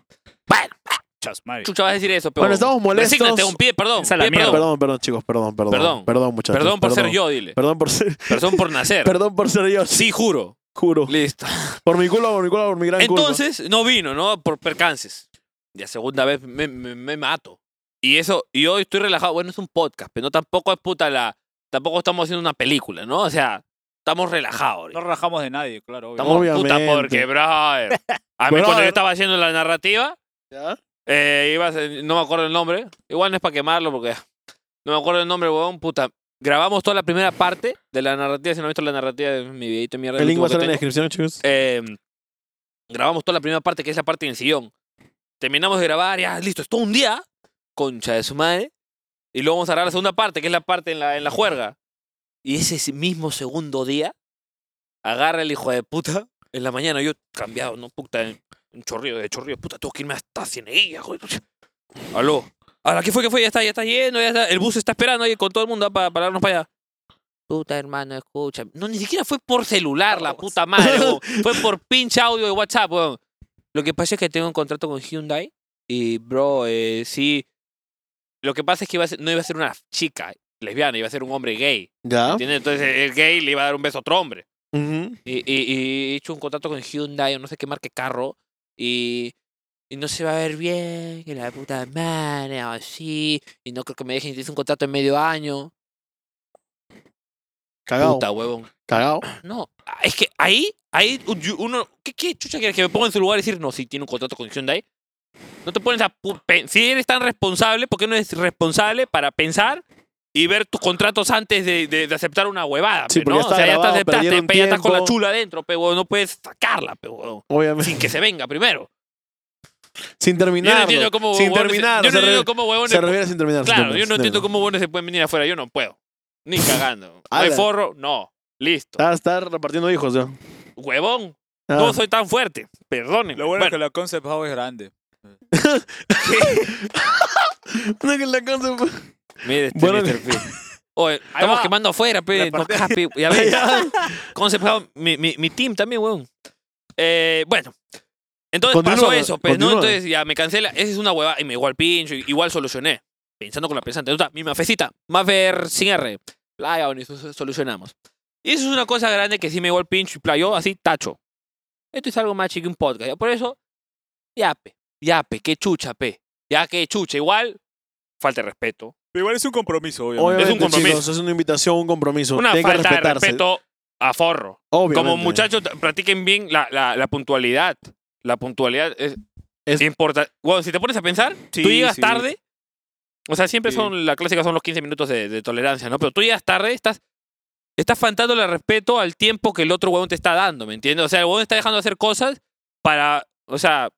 Bueno,
Chas, madre.
chucha, vas a decir eso, pe,
Bueno,
weón.
estamos molestos.
Resígnate, un pie, perdón.
Esa es la
pie,
mierda.
perdón.
Perdón, perdón, chicos, perdón, perdón.
Perdón.
Perdón, muchachos.
Perdón por ser yo, dile.
Perdón por ser,
Perdón por nacer.
perdón por ser yo, sí,
Sí, juro.
juro.
Listo.
Por mi culpa, por mi culpa, por mi gran culpa.
Entonces, no vino, ¿no? Por percances. Ya segunda vez me, me- me mato. Y eso, y hoy estoy relajado. Bueno, es un podcast, pero no tampoco es puta la. Tampoco estamos haciendo una película, ¿no? O sea, estamos relajados.
No
ahorita.
rajamos de nadie, claro. obvio.
Estamos puta
Obviamente.
porque, brother. A mí
Brother.
cuando yo estaba haciendo la narrativa,
¿Ya?
eh, iba a ser- no me acuerdo el nombre. Igual no es para quemarlo porque no me acuerdo el nombre, huevón, puta. Grabamos toda la primera parte de la narrativa. Si no han visto la narrativa de mi videito de mierda.
El link
último
va a
que
estar en la
tengo.
descripción, chicos.
Eh, grabamos toda la primera parte, que es la parte del sillón. Terminamos de grabar, ya, listo, es todo un día, concha de su madre. Y luego vamos a grabar la segunda parte, que es la parte en la, en la juerga. Y ese mismo segundo día, agarra el hijo de puta. En la mañana yo cambiado, ¿no? Puta, en, en chorrillo, de chorrillo, puta, tengo que irme hasta Cieneguilla, joder. Aló. Ahora, ¿qué fue? ¿Qué fue? Ya está, ya está lleno, ya está. El bus está esperando ahí con todo el mundo ah, para pararnos para allá. Puta hermano, escucha. No, ni siquiera fue por celular, la puta madre. weón. Fue por pinche audio de WhatsApp, weón. Lo que pasa es que tengo un contrato con Hyundai y, bro, eh, sí. Lo que pasa es que iba a ser- no iba a ser una chica lesbiana, iba a ser un hombre gay.
¿Ya?
¿Entiendes? Entonces el gay le iba a dar un beso a otro hombre.
Ujú.
Y, y- y he hecho un contrato con Hyundai o no sé qué marca de carro. Y, y no se va a ver bien. Y la puta madre, así. Y no creo que me dejen. Hice un contrato en medio año.
Cagado.
Puta, huevón.
Cagado.
No, es que ahí, ahí un- yo- uno. ¿Qué, qué chucha quieres que me ponga en su lugar y decir, no, si tiene un contrato con Hyundai? No te pones a. pu- pe- Si eres tan responsable, ¿por qué no eres responsable para pensar? Y ver tus contratos antes de, de- de aceptar una huevada,
Sí,
pe,
porque
¿no?
ya está
o sea, ya
grabado,
te aceptaste,
perdieron
pe, ya estás con la
tiempo.
chula adentro, pe, huevón, no puedes sacarla, pe, huevón.
Obviamente.
sin que se venga primero.
Sin
Yo
terminar.
no entiendo cómo
Sin
huevones-
terminar.
Yo no
se re-
entiendo cómo huevones.
Se refiere sin terminar. sin
claro,
terminar,
yo no
sin
entiendo
terminar.
cómo huevones se pueden venir afuera. Yo no puedo. Ni cagando. No hay
Ala.
forro, no. Listo.
Ah, está repartiendo hijos, ya.
Huevón,
Ah.
no soy tan fuerte. Perdónenme.
Lo bueno, es que
Bueno,
la concept house es grande.
No, que la cosa fue-
mire este
Bueno,
Mr. P. Oye, eh, estamos
va.
quemando afuera, pe.
La
No,
partida.
capi, ya ves. Concept House, mi, mi, mi team también, huevón. Eh, bueno. Entonces pasó
Continúa,
eso, pero no,
continúa.
entonces ya me cancela. Esa es una huevada. Y me igual pincho, y- igual solucioné. Pensando con la pensante. O sea, mi mafecita, mafer sin R. Playa, bueno, y eso solucionamos. Y eso es una cosa grande que sí me igual pincho y playó así, tacho. Esto es algo más chico que un podcast. ya. Por eso, ya, pe. Ya, pe, qué chucha, pe. Ya, qué chucha. Igual, falta de respeto.
Pero igual es un compromiso, obviamente.
Obviamente,
Es un compromiso.
chicos, es una invitación, un compromiso.
Una
Tienen que
falta de
respetarse.
respeto a forro.
Obviamente.
Como muchachos, t- practiquen bien la, la- la puntualidad. La puntualidad es,
Es-
importante. Bueno, si te pones a pensar,
Sí,
tú llegas
sí.
tarde. O sea, siempre
Sí.
son, la clásica son los 15 minutos de, de tolerancia, ¿no? Pero tú llegas tarde, estás, estás faltándole al respeto al tiempo que el otro huevón te está dando, ¿me entiendes? O sea, el huevón está dejando de hacer cosas para, o sea,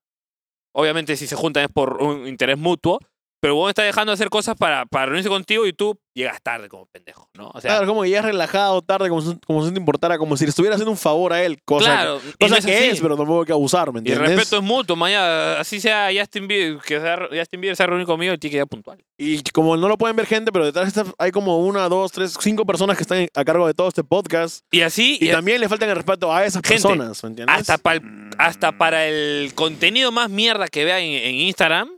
obviamente si se juntan es por un interés mutuo, Pero vos está dejando de hacer cosas para, para reunirse contigo y tú llegas tarde como pendejo, ¿no? O sea,
claro, como que llegas relajado tarde, como, si- como si no te importara, como si le estuvieras haciendo un favor a él. Cosa,
claro.
que,
y no
cosa que
así.
es, pero tampoco hay que abusar, ¿me
Y el
entiendes?
respeto es mutuo, mañana, así sea Justin Bieber, que sea, Justin Bieber se ha reunido conmigo y tiene que ir puntual.
Y como no lo pueden ver gente, pero detrás está- hay como una, dos, tres, cinco personas que están a cargo de todo este podcast.
Y así,
Y,
y
también le faltan el respeto a esas
Gente,
personas, ¿me entiendes?
hasta, pa'l- hasta
Mm.
para el contenido más mierda que vean en, en Instagram,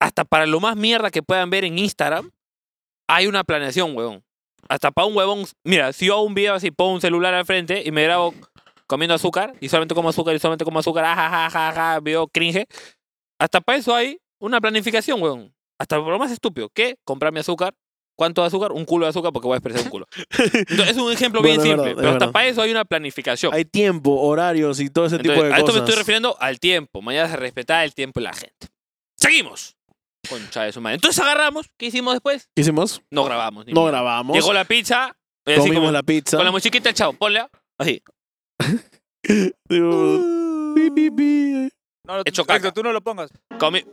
hasta para lo más mierda que puedan ver en Instagram, hay una planeación, huevón. Hasta para un huevón, mira, si yo hago un video así, pongo un celular al frente y me grabo comiendo azúcar, y solamente como azúcar, y solamente como azúcar, ajajajaja, video cringe. Hasta para eso hay una planificación, huevón. Hasta por lo más estúpido, ¿qué? Comprar mi azúcar. ¿Cuánto de azúcar? Un culo de azúcar porque voy a expresar un culo. Entonces, es un ejemplo bien
Bueno, es
simple,
verdad, es
pero hasta
verdad.
para eso hay una planificación.
Hay tiempo, horarios y todo ese este tipo de
Entonces, a esto
cosas.
me estoy refiriendo al tiempo. Mañana se respetaba el tiempo y la gente. Seguimos. Concha de su madre. Entonces agarramos. ¿Qué hicimos después?
¿Qué hicimos?
No grabamos. ni
No
mierda.
grabamos.
Llegó la pizza. y así
comimos
como-
la pizza.
Con la musiquita, chao. Ponle. Así.
Digo, pi,
Mm.
pi, pi.
No, lo-
Hecho caca.
Héctor, tú no lo pongas.
Comi-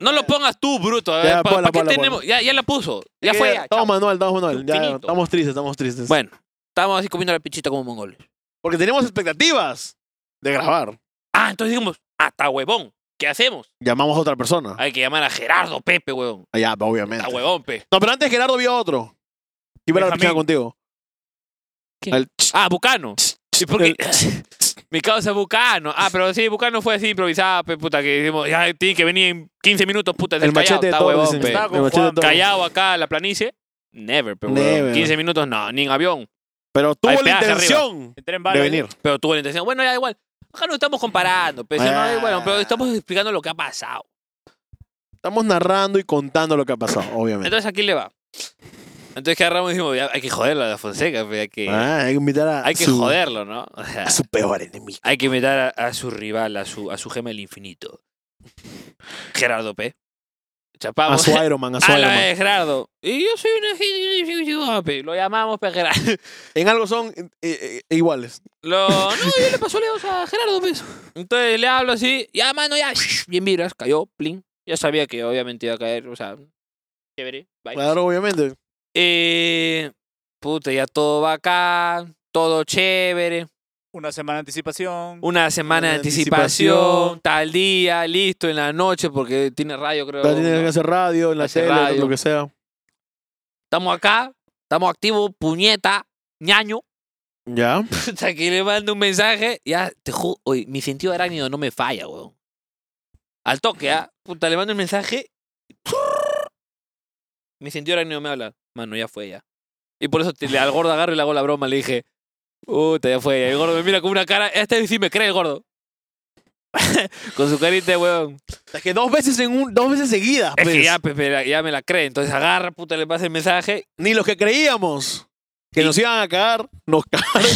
No lo pongas tú, bruto. a ver,
Ya,
¿pa-
ponla,
pa' qué
ponla, Eh,
tenemos? Ya, ya la puso. Ya fue. ya, chao.
Estamos manual, estamos manual. Ya,
Infinito.
estamos tristes, estamos tristes.
Bueno, estábamos así comiendo la pichita como mongoles.
Porque tenemos expectativas de grabar.
Ah, entonces dijimos, hasta huevón. ¿Qué hacemos?
Llamamos a otra persona.
Hay que llamar a Gerardo Pepe, huevón.
Allá, obviamente.
A huevón, pe.
No, pero antes Gerardo vio a otro. Que iba a la
Benjamín.
piscina contigo.
¿Quién?
Al-
Ah, Bucano. ¿Y por qué? Mi causa Bucano. Ah, pero sí, Bucano fue así improvisada, pe, puta, que dijimos, ya tiene que venir en 15 minutos, puta,
El machete de
está
todo.
huevón,
dicen.
pe.
Está
El
con
machete de
Juan.
todo.
Callao acá, a la planicie. Never, pero
Never.
15 minutos no, ni en avión.
Pero
Hay
tuvo la
peaje arriba.
intención
Entré en
de
varios.
venir.
Pero tuvo la intención. Bueno, ya igual. Acá no estamos comparando, pero, si no,
Ah.
bueno, pero estamos explicando lo que ha pasado.
Estamos narrando y contando lo que ha pasado, obviamente.
Entonces aquí le va. Entonces que agarramos y dijimos, ya, hay que joderlo a la Fonseca, pe, hay que,
Ah, hay que invitar a,
hay que
su,
joderlo, ¿no? O sea,
a su peor enemigo.
hay que meter a, a su rival, a su, a su gema del infinito. Gerardo P.
A
Chapamos.
su Iron Man, a su
A
Iron
la
Man.
vez, eh, Gerardo. Y yo soy una gente. Lo llamamos para Gerardo.
En algo son eh, eh, eh, iguales.
Lo- no, yo le paso lejos a Gerardo, pues. Entonces le hablo así. Ya, mano, ya. Bien, miras, cayó, plin. Ya sabía que obviamente iba a caer, o sea. Chévere, bye.
Claro, obviamente.
Eh, puta, ya todo va acá. Todo chévere.
Una semana de anticipación.
Una semana de
de
anticipación,
anticipación.
tal día, listo, en la noche, porque tiene radio, creo.
Tienes que hacer radio, en la
Hacer
tele,
radio.
lo que sea.
Estamos acá, estamos activos, puñeta, ñaño.
Ya.
Hasta que le mando un mensaje, ya, te juro, oye, mi sentido arácnido no me falla, weón. Al toque, ¿ah? Puta, le mando un mensaje. Mi sentido arácnido me habla. Mano, ya fue ya. Y por eso te- le- al gordo agarro y le hago la broma, le dije, puta, ya fue ya. Y el gordo me mira con una cara, este sí me cree el gordo. con su carita, weón.
Es que dos veces en un, dos veces seguidas.
Es que
pues.
ya, Pepe, la- ya me la cree. Entonces agarra, puta, le pasa el mensaje.
Ni los que creíamos que
Y-
nos iban a cagar, nos cagaron.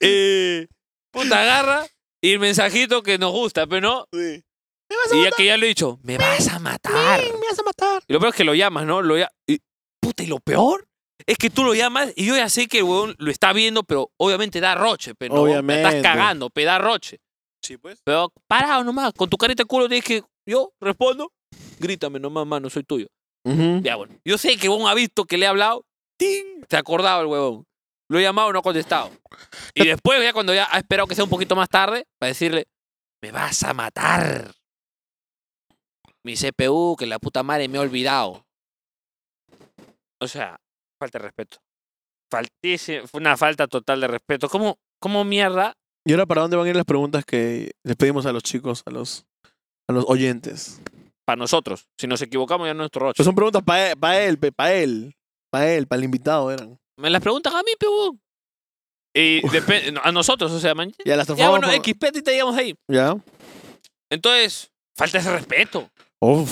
eh, puta, agarra. Y el mensajito que nos gusta, pero no.
Sí.
Y ya que ya lo he dicho, me vas a matar.
Me vas a matar.
Y lo peor es que lo llamas, ¿no? Lo ya- y, puta, y lo peor es que tú lo llamas y yo ya sé que el huevón lo está viendo, pero obviamente da roche, pero
Obviamente.
estás cagando, pero da roche.
Sí, pues.
Pero parado nomás, con tu carita de culo tienes que, yo respondo, grítame nomás, mano, soy tuyo. Ya, bueno. Yo sé que el huevón ha visto que le he hablado, ¡ting! se acordaba el huevón. Lo he llamado no ha contestado. Y después, ya cuando ya ha esperado que sea un poquito más tarde, para decirle, me vas a matar. Mi CPU, que la puta madre me ha olvidado. O sea, falta de respeto. Faltísimo, fue una falta total de respeto. ¿Cómo, cómo mierda?
¿Y ahora para dónde van a ir las preguntas que les pedimos a los chicos, a los, a los oyentes?
Para nosotros. Si nos equivocamos ya es nuestro roche.
Pero son preguntas para él, para él, para él, para él, para el invitado eran.
Me las preguntas a mí, pebón. Y depende, a nosotros, o sea, man.
Ya las
Ya,
transformamos.
bueno,
por-
X, y te llegamos ahí.
Ya.
Entonces, falta ese respeto.
Uf.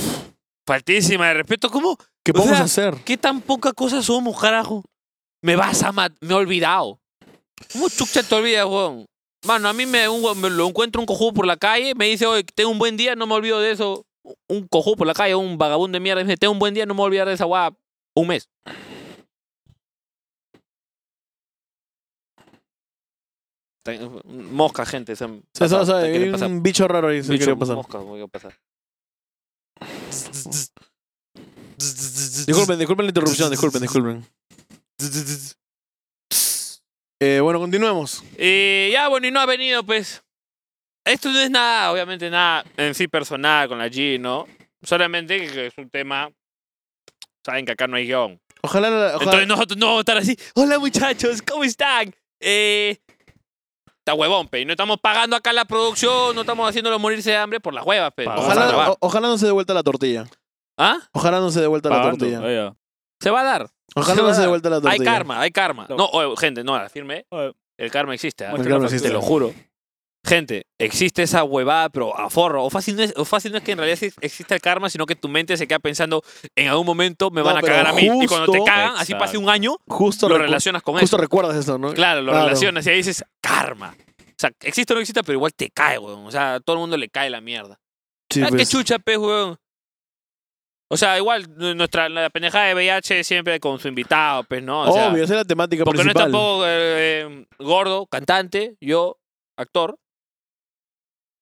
Faltísima de respeto. ¿Cómo?
¿Qué
O
podemos
sea,
hacer?
¿Qué tan poca cosa somos, carajo? Me vas a matar. Me he olvidado. ¿Cómo chucha te olvidas, weón? Mano, a mí me, un weón- me lo encuentro un cojudo por la calle, me dice, oye, tengo un buen día, no me olvido de eso. Un cojudo por la calle, un vagabundo de mierda, me dice, tengo un buen día, no me voy a olvidar de esa guapa. Un mes. Ten- Mosca, gente. Se, han
O sea,
pasado,
o sea,
te
hay
quieren
un
pasar.
bicho raro ahí, se
Bicho
quiere pasar.
mosca, me quiere pasar.
Disculpen, disculpen la interrupción, disculpen, disculpen. Eh, bueno, continuemos.
Eh, ya, bueno, y no ha venido, pues. Esto no es nada, obviamente, nada en sí personal con la G, ¿no? Solamente que- que es un tema. Saben que acá no hay guión.
Ojalá, la- ojalá-
Entonces nosotros no vamos a estar así. Hola, muchachos, ¿cómo están? Eh. Está huevón, pe. Y no estamos pagando acá la producción, no estamos haciéndolo morirse de hambre por las huevas, pe.
Ojalá-
Vamos a grabar.
ojalá, o- ojalá no se dé vuelta la tortilla.
¿Ah?
Ojalá no se dé vuelta la
Pagando,
tortilla.
oiga.
Se va a dar.
Ojalá
se va
no
a
se dé
dar.
vuelta la tortilla.
Ah, eh. Hay karma, hay karma.
No.
No, oye, gente, no, firme.
Oye.
El karma existe, ¿ah?
Muestra
Claro,
la
existe.
te
factura.
lo juro. Gente, existe esa huevada, pero a forro. O fácil, no es, o fácil no es que en realidad sí exista el karma, sino que tu mente se queda pensando, en algún momento me
No,
van a
pero
cagar a mí. Y cuando te
justo-
cagan, así pase un año,
Justo,
lo
recu-
relacionas con
justo
eso.
recuerdas eso, ¿no?
Claro, lo
Claro.
relacionas y ahí dices, karma. O sea, existe o no existe, pero igual te cae, weón. O sea, a todo el mundo le cae la mierda.
Sí,
Ah, qué
pues.
chucha, pe, weón? O sea, igual n- nuestra la pendejada de VIH siempre con su invitado, pues, ¿no? O sea,
Obvio, esa es la temática
porque no
principal.
es tampoco eh, eh, gordo, cantante, yo, actor.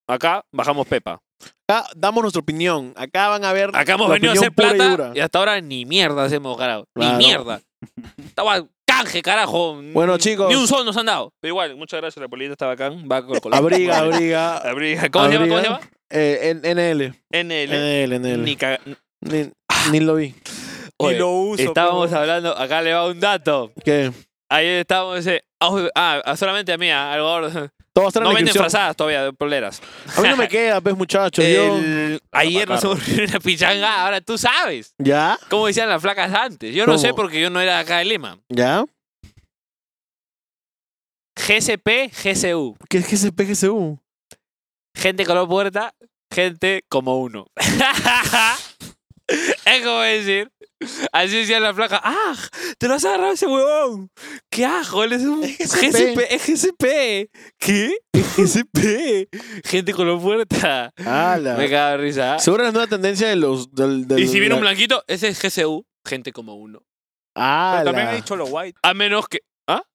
Acá bajamos Pepa.
Acá damos nuestra opinión. Acá van a ver.
Acá hemos
la
venido a
opinión
hacer
pura y
plata
dura.
y, hasta ahora ni mierda hemos ganado.
Claro.
Ni mierda. Estaba canje, carajo.
Bueno, chicos.
Ni un sol nos han dado. Pero igual, muchas gracias. La polita está bacán. Va con el color.
Abriga, abriga.
Abriga. ¿Cómo se llama? ¿Cómo se
Abriga.
llama?
Eh, en- NL.
NL.
NL, NL.
Ni caga-
Ni, ni lo vi.
Oye,
Y lo uso.
Estábamos
pero-
hablando, acá le va un dato.
¿Qué?
Ayer estábamos, eh, ah, ah, solamente a mí, ah, al gordo.
Todo va a estar en
No
la
venden
descripción.
frazadas todavía de poleras.
A mí no me queda, pues, muchachos. Yo...
El- ayer nos hemos reunido en una pichanga, ahora tú sabes.
¿Ya?
¿Cómo decían las flacas antes? Yo no
¿Cómo?
sé porque yo no era de acá de Lima.
¿Ya?
GCP, GCU.
¿Qué es que ese PGCU?
Gente color puerta, gente como uno. es como decir. Así decían las flacas. ¡Ah! ¡Te lo has agarrado ese huevón! ¡Qué ajo! Él es un GCP. ¡Es GCP! ¿Qué? GCP. Gente color puerta.
¡Hala!
Me cago de risa.
Seguro la nueva tendencia de los. Del, Ah. del-
Y si viene un
la-
blanquito, ese es GCU, gente como uno.
¡Hala!
Pero también hay Cholo White.
A menos que.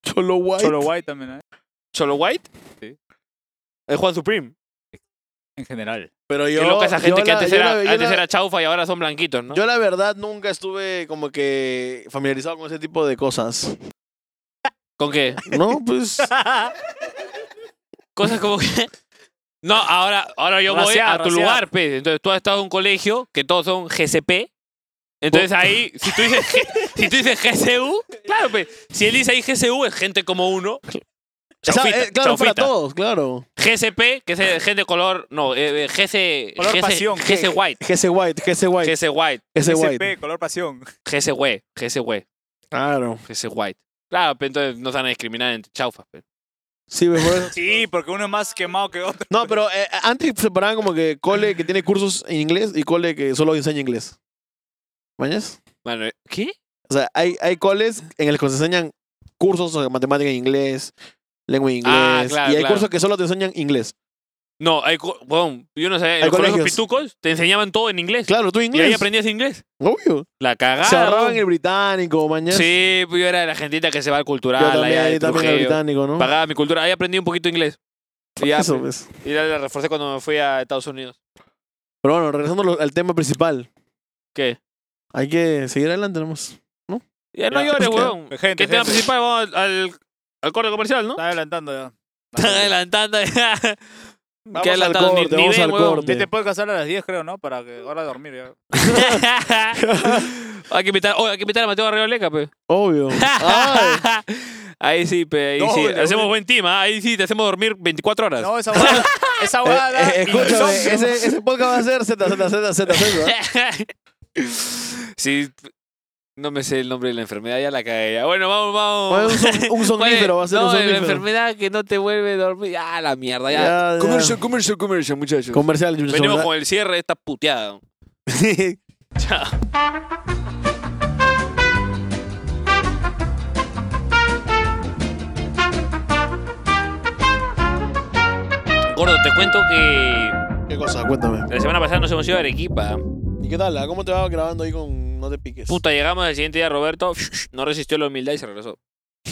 Cholo White.
Cholo White también ¿eh? hay.
¿Cholo White?
Sí.
Es Juan Supreme.
En general.
Pero yo.
Qué loca esa gente
yo
que
la-
antes,
yo
era,
la- yo
antes
la-
era chaufa y ahora son blanquitos, ¿no?
Yo la verdad nunca estuve como que familiarizado con ese tipo de cosas.
¿Con qué?
No, pues.
Cosas como que. No, ahora, ahora yo voy
Raciar,
a tu
raciar.
lugar, pe. Entonces tú has estado en un colegio que todos son GCP. Entonces ahí, si tú dices, G- si tú dices GCU, claro, pe. Si él dice ahí GCU, es gente como uno.
Esa-
Chaufita,
eh, claro, para
chaufita.
todos, Ah. claro.
GCP, que es eh, gente de color. No, eh, eh, GC.
Color
GC
pasión.
GC White.
GC White, GC White,
GC White.
GC White.
SP, color pasión.
GC Güey. GC Güey.
Claro.
Ese es white. Claro, pero entonces no se van a discriminar entre chaufas. Pero.
Sí, pues, por eso.
Sí, porque uno es más quemado que otro.
No, pero eh, antes separaban como que cole que tiene cursos en inglés y cole que solo enseña inglés. ¿Mañas?
Bueno, eh, ¿qué?
O sea, hay, hay coles en los que se enseñan cursos de matemática en inglés, lengua en inglés.
Ah, claro,
y hay
claro.
cursos que solo te enseñan inglés.
No, hay, co- weón, yo no sabía. En
Hay
los colegios
colegios.
pitucos te enseñaban todo en inglés.
Claro, tú
Y ahí
inglés.
aprendías inglés.
Obvio.
La cagada.
Se ahorraban
weón.
el británico, mañana.
Sí, pues yo era de la gentita que se va al
Yo
cultural. allá
también,
de
yo también el
Trujillo.
británico, ¿no?
Pagaba mi cultura. Ahí aprendí un poquito inglés. Y ya,
Eso,
pues,
pues.
y ya la reforcé cuando me fui a Estados Unidos.
Pero bueno, regresando lo- al tema principal.
¿Qué?
Hay que seguir adelante nomás.
Ya no
Ya,
llores,
pues,
weón.
Gente,
¿Qué tema
gente.
principal? Vamos al, al, al corte comercial, ¿no?
Está adelantando ya.
Están adelantando.
Vamos al corte, vamos al
weón.
corte.
Este podcast sale a las 10, creo, ¿no? Para que hora de dormir ya.
hay, que invitar, oh, hay que invitar a Mateo Arrioleca, pe.
Obio. Ay.
ahí sí, pe, ahí sí.
Doble,
Hacemos
doble.
buen team, ¿ah? ahí sí te hacemos dormir 24 horas.
No, esa hueá. esa hueá.
Eh,
da
eh, escúchame,
insomnio.
ese, ese podcast va a ser Z, Z, Z, Z, Z. ¿eh?
sí, no me sé el nombre de la enfermedad, ya la cagué. ya. Bueno, vamos,
Va a
vamos.
ser un son- un
¿Cuál es?
somnífero, va a ser
no,
un
la
somnífero.
enfermedad que no te vuelve a dormir. Ah, la mierda, ya.
Ya, ya.
Comercio, comercio, comercio, muchachos.
Comercial. yo-
Venimos
yo-
con el cierre de esta puteada. Chao. Gordo, te cuento que
¿Qué cosa? Cuéntame.
la semana pasada nos hemos ido a Arequipa.
¿Y qué tal? ah? ¿Cómo te vas grabando ahí con No te piques?
Puta, llegamos al siguiente día, Roberto. No resistió la humildad y se regresó.
Tú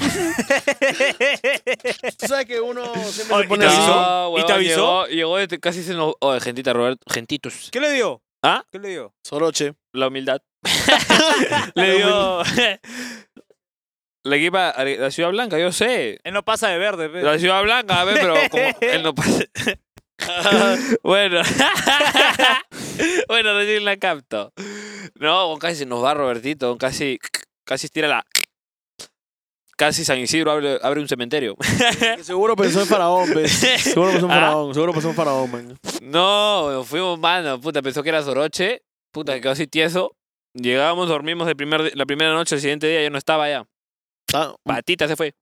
sabes que uno siempre
Oye,
se
y
pone
te
así.
avisó? ¿Y te avisó?
Llegó, llegó desde- casi se nos. Oh, gentita, Roberto. Gentitos.
¿Qué le dio?
¿Ah?
¿Qué le digo?
Soroche.
La humildad. le dio. La equipa, la Ciudad Blanca, yo sé.
Él no pasa de verde, pues. pe.
La Ciudad Blanca, a ver, pero como él no pasa. bueno. bueno, recién la capto. No, con casi nos va Robertito, con casi. Casi estira la. Casi San Isidro abre, abre un cementerio.
Que Seguro pensó en Faraón, pe. Seguro pensó en
Ah.
Faraón. Seguro pensó en Faraón, man.
No, nos fuimos mano, puta, pensó que era Soroche, puta, que quedó así tieso. Llegábamos, dormimos el primer, di- la primera noche, el siguiente día ya no estaba ya.
Ah,
Patita se fue.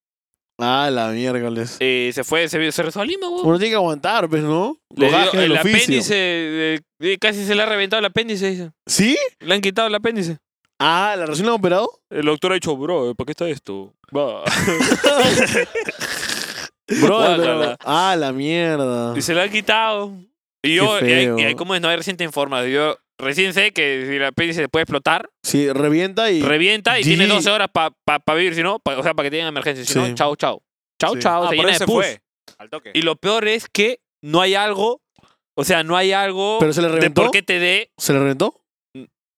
ah, la miércoles.
Eh, se fue, se, se rezó a Lima, weón.
Uno tiene que aguantar, pues, ¿no?
Le
Los gajes
dio el
del oficio.
apéndice, eh, eh, casi se le ha reventado el apéndice, dice.
¿Sí?
Le han quitado el apéndice.
Ah, ¿la recién la han operado?
El doctor ha dicho, bro, ¿para qué está esto? Va.
Bro,
Guácala.
pero... Ah, la mierda.
y se lo han quitado. Y yo,
Qué
y ahí-
feo.
y ahí como es, no hay reciente informa. Yo recién sé que si el apéndice puede explotar,
Sí, revienta y...
revienta y
Sí.
tiene 12 horas para vivir, si no, pa- o sea, para que tengan emergencia, si no,
Sí.
chao, chao. Chao,
Sí.
chao,
Ah,
se
por
llena de
eso se
pus.
fue. Al toque.
Y lo peor es que no hay algo, o sea, no hay algo
¿Pero se le
de
reventó?
por qué te dé.
¿Se le reventó?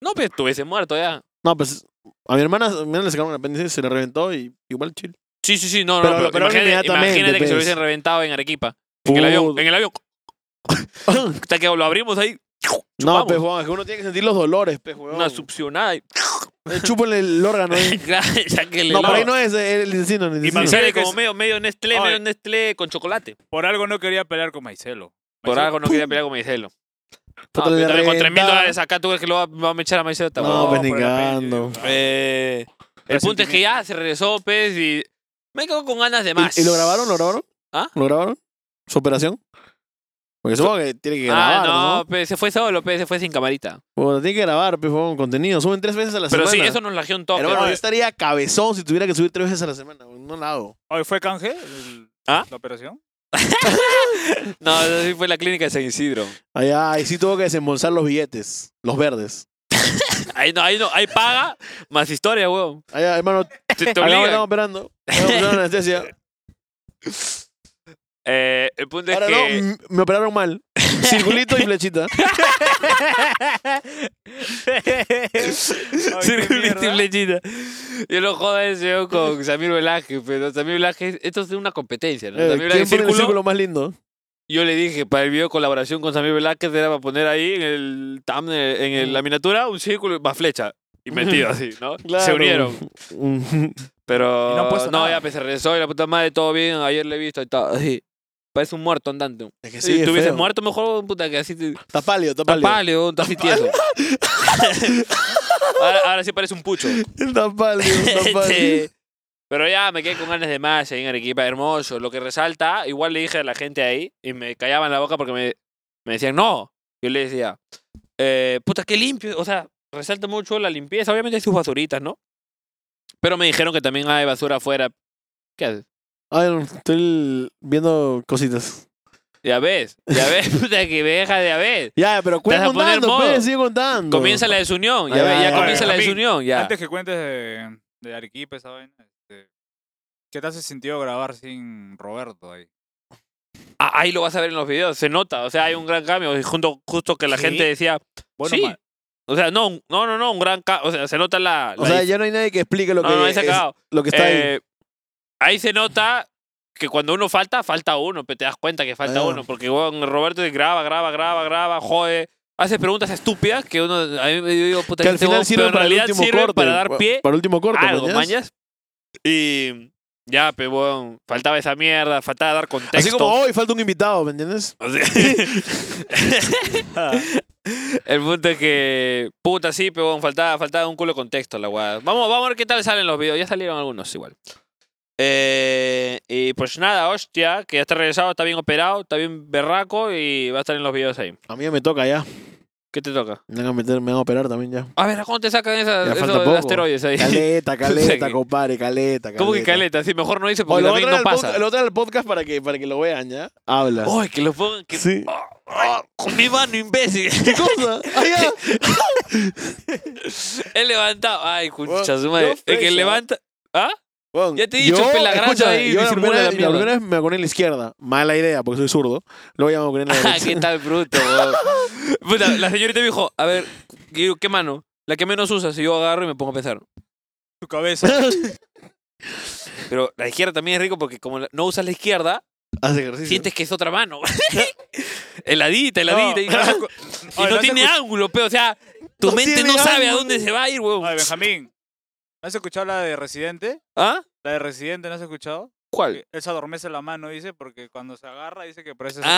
No, pues estuviese muerto ya.
No, pues... A mi hermana, a mi hermana le sacaron el apéndice, se le reventó y igual chill.
Sí, sí, sí, no,
Pero
no,
lo
pero,
operaron
imagínate,
inmediatamente,
imagínate que se lo
pues.
hubiesen reventado en Arequipa. En el avión, en el avión. Hasta que lo abrimos ahí,
no,
chupamos.
pues, Juan, es que uno tiene que sentir los dolores, pues, weón. Eh,
una succionada. Y,
Chúpenle el órgano ahí.
sáquenle
No,
el
por ahí
agua.
no es eh, el intestino, el
Y Marcelo
intestino.
Imagínate que
como
es-
medio, medio Nestlé,
Ay.
medio Nestlé con chocolate.
Por algo no quería pelear con Maicelo.
Por
Maicelo-
algo no quería pelear con Maicelo. No,
Puta, le
pero con 3 mil
reventaba.
dólares acá tú crees que lo va, va a echar a Maicelo.
No,
No,
pues,
por el
ni
apellido,
cagando.
claro.
eh, el punto es que ya se regresó, pues, y me quedo con ganas de más.
¿Y, y lo grabaron? ¿Lo grabaron?
¿Ah?
¿Lo grabaron? ¿Su operación? Porque supongo que tiene que grabar,
ah, no,
¿no?
pues, se fue solo, pues, se fue sin camarita.
Bueno, tiene que grabar, pues, con contenido. Suben tres veces a la
Pero
semana.
sí, eso nos lajeó un toque.
Hermano,
¿no?
yo estaría cabezón si tuviera que subir tres veces a la semana. güey. No la hago.
Hoy fue canje el-
¿Ah?
la operación.
No, eso sí fue la clínica de San Isidro.
Ay, ay, sí tuvo que desembolsar los billetes. Los verdes.
Ahí no, ahí no, ahí paga más historia, weón.
Ay, ay, hermano,
Te, te
acá me
obligan.
están operando. Me operaron anestesia.
Eh, el punto es
Ahora no,
que...
m- me operaron mal. Circulito y flechita.
Ay, qué
Circulito y
pues, mierda.
flechita. Yo lo jodo a ese weón, con Samir Velázquez, pero Samir Velázquez, esto es de una competencia, ¿no?
Eh,
Samir
¿Quién
Velázquez
pone el
Círculo,
círculo más lindo?
yo le dije que para el video de colaboración con Samir Velázquez era para poner ahí en el thumbnail, en el- la miniatura, un círculo más flecha. Y metido así, ¿no? Se
Claro.
unieron.
Mm.
Pero
Y no han puesto
no,
nada.
ya pues, se regresó y la puta madre, todo bien. Ayer le he visto y todo así. Parece un muerto andante.
Es que
si
es
estuviese
feo.
muerto, mejor puta que así. te-
Está pálido, está
Está
pálido.
pálido, está así tieso. ahora, ahora sí parece un pucho.
Está pálido, está pálido.
Este, pero ya me quedé con ganas de más ahí en Arequipa, hermoso. Lo que resalta, igual le dije a la gente ahí y me callaban la boca porque me, me decían no. Yo le decía, eh, puta, qué limpio. O sea, resalta mucho la limpieza. Obviamente hay sus basuritas, ¿no? Pero me dijeron que también hay basura afuera. ¿Qué haces?
Ay, no, estoy viendo cositas.
Ya ves, ya ves, puta, que me deja de haber.
Ya, pero cuenta
vas a poner
contando,
modo.
pues, sigue contando.
Comienza la desunión, ya,
Ay,
ves,
ay,
ya
ay.
comienza la
Oye,
desunión, ya.
Antes que cuentes de, de Arequipa, esa vaina, este, ¿qué te hace sentido grabar sin Roberto ahí?
Ah, ahí lo vas a ver en los videos, se nota, o sea, hay un gran cambio. y junto, justo que la
Sí.
gente decía,
Bueno,
sí.
mal.
O sea, no, un- no, no, no, un gran ca- O sea, se nota la.
O
la
sea,
dif-
ya no hay nadie que explique lo
no,
que,
no, ahí se ha
es-
cagado.
lo que está ahí.
Eh, ahí se nota que cuando uno falta, falta uno, pero te das cuenta que falta
Ah.
uno, porque weón, Roberto graba, graba, graba, graba, jode. Hace preguntas estúpidas que uno. A mí me digo, puta,
Que al
este
final
weón, pero
sirve
en
para el
realidad
último
sirve
corte.
para dar
pa-
pie
Para el último corte,
a algo,
¿mañas?
mañas. Y. Ya, pero weón, faltaba esa mierda, faltaba dar contexto.
Así como hoy falta un invitado, ¿me entiendes?
O sea, el punto es que. Puta, sí, pero bueno, faltaba, faltaba un culo de contexto a la guada. Vamos, vamos a ver qué tal salen los videos. Ya salieron algunos igual. Eh, y pues nada, hostia, que ya está regresado, está bien operado, está bien berraco y va a estar en los videos ahí.
A mí ya me toca ya.
¿Qué te toca?
Me van a, meter, me van a operar también ya.
A ver, ¿a ¿cuándo te sacan esas,
Ya
esos
falta poco.
asteroides ahí?
Caleta,
O sea
caleta,
que-
compadre, caleta, caleta.
¿Cómo que caleta? Sí, mejor no dice
O
porque
lo voy a
también
traer
no
al pod-
pasa.
lo voy a traer al podcast para que, para que lo vean ya. Habla.
Uy, que lo pongan. que-
Sí.
¡Ah! con mi mano, imbécil.
¿Qué cosa? Ah, ya.
He levantado. Ay,
Bueno,
concha su madre.
yo
Es que
fresh, ¿ah?
levanta. ¿Ah?
Weón,
Ya te he dicho, pe, la grasa
escúchame,
ahí,
yo la
disimula
primera,
la
vez- la
mierda.
primera vez me vacuné en la izquierda. Mala idea, porque soy zurdo. Luego ya me vacuné en la
Ah,
derecha.
¿Qué tal bruto? weón. Puta, la señorita me dijo, a ver, ¿qué qué mano? La que menos usas, y yo agarro y me pongo a pensar.
Tu cabeza.
Pero la izquierda también es rico porque como la- no usas la izquierda,
Hace ejercicio.
sientes que es otra mano. heladita, heladita. y- Y,
Oye,
no
has
tiene
escuch-
ángulo, pero o sea, tu
No
mente
tiene
no sabe a
ángulo.
dónde se va a ir, weón.
Oye, Benjamín. ¿No has escuchado la de Residente?
¿Ah?
¿La de Residente no has escuchado?
¿Cuál?
Que Él se adormece la mano, dice, porque cuando se agarra dice que parece ser otra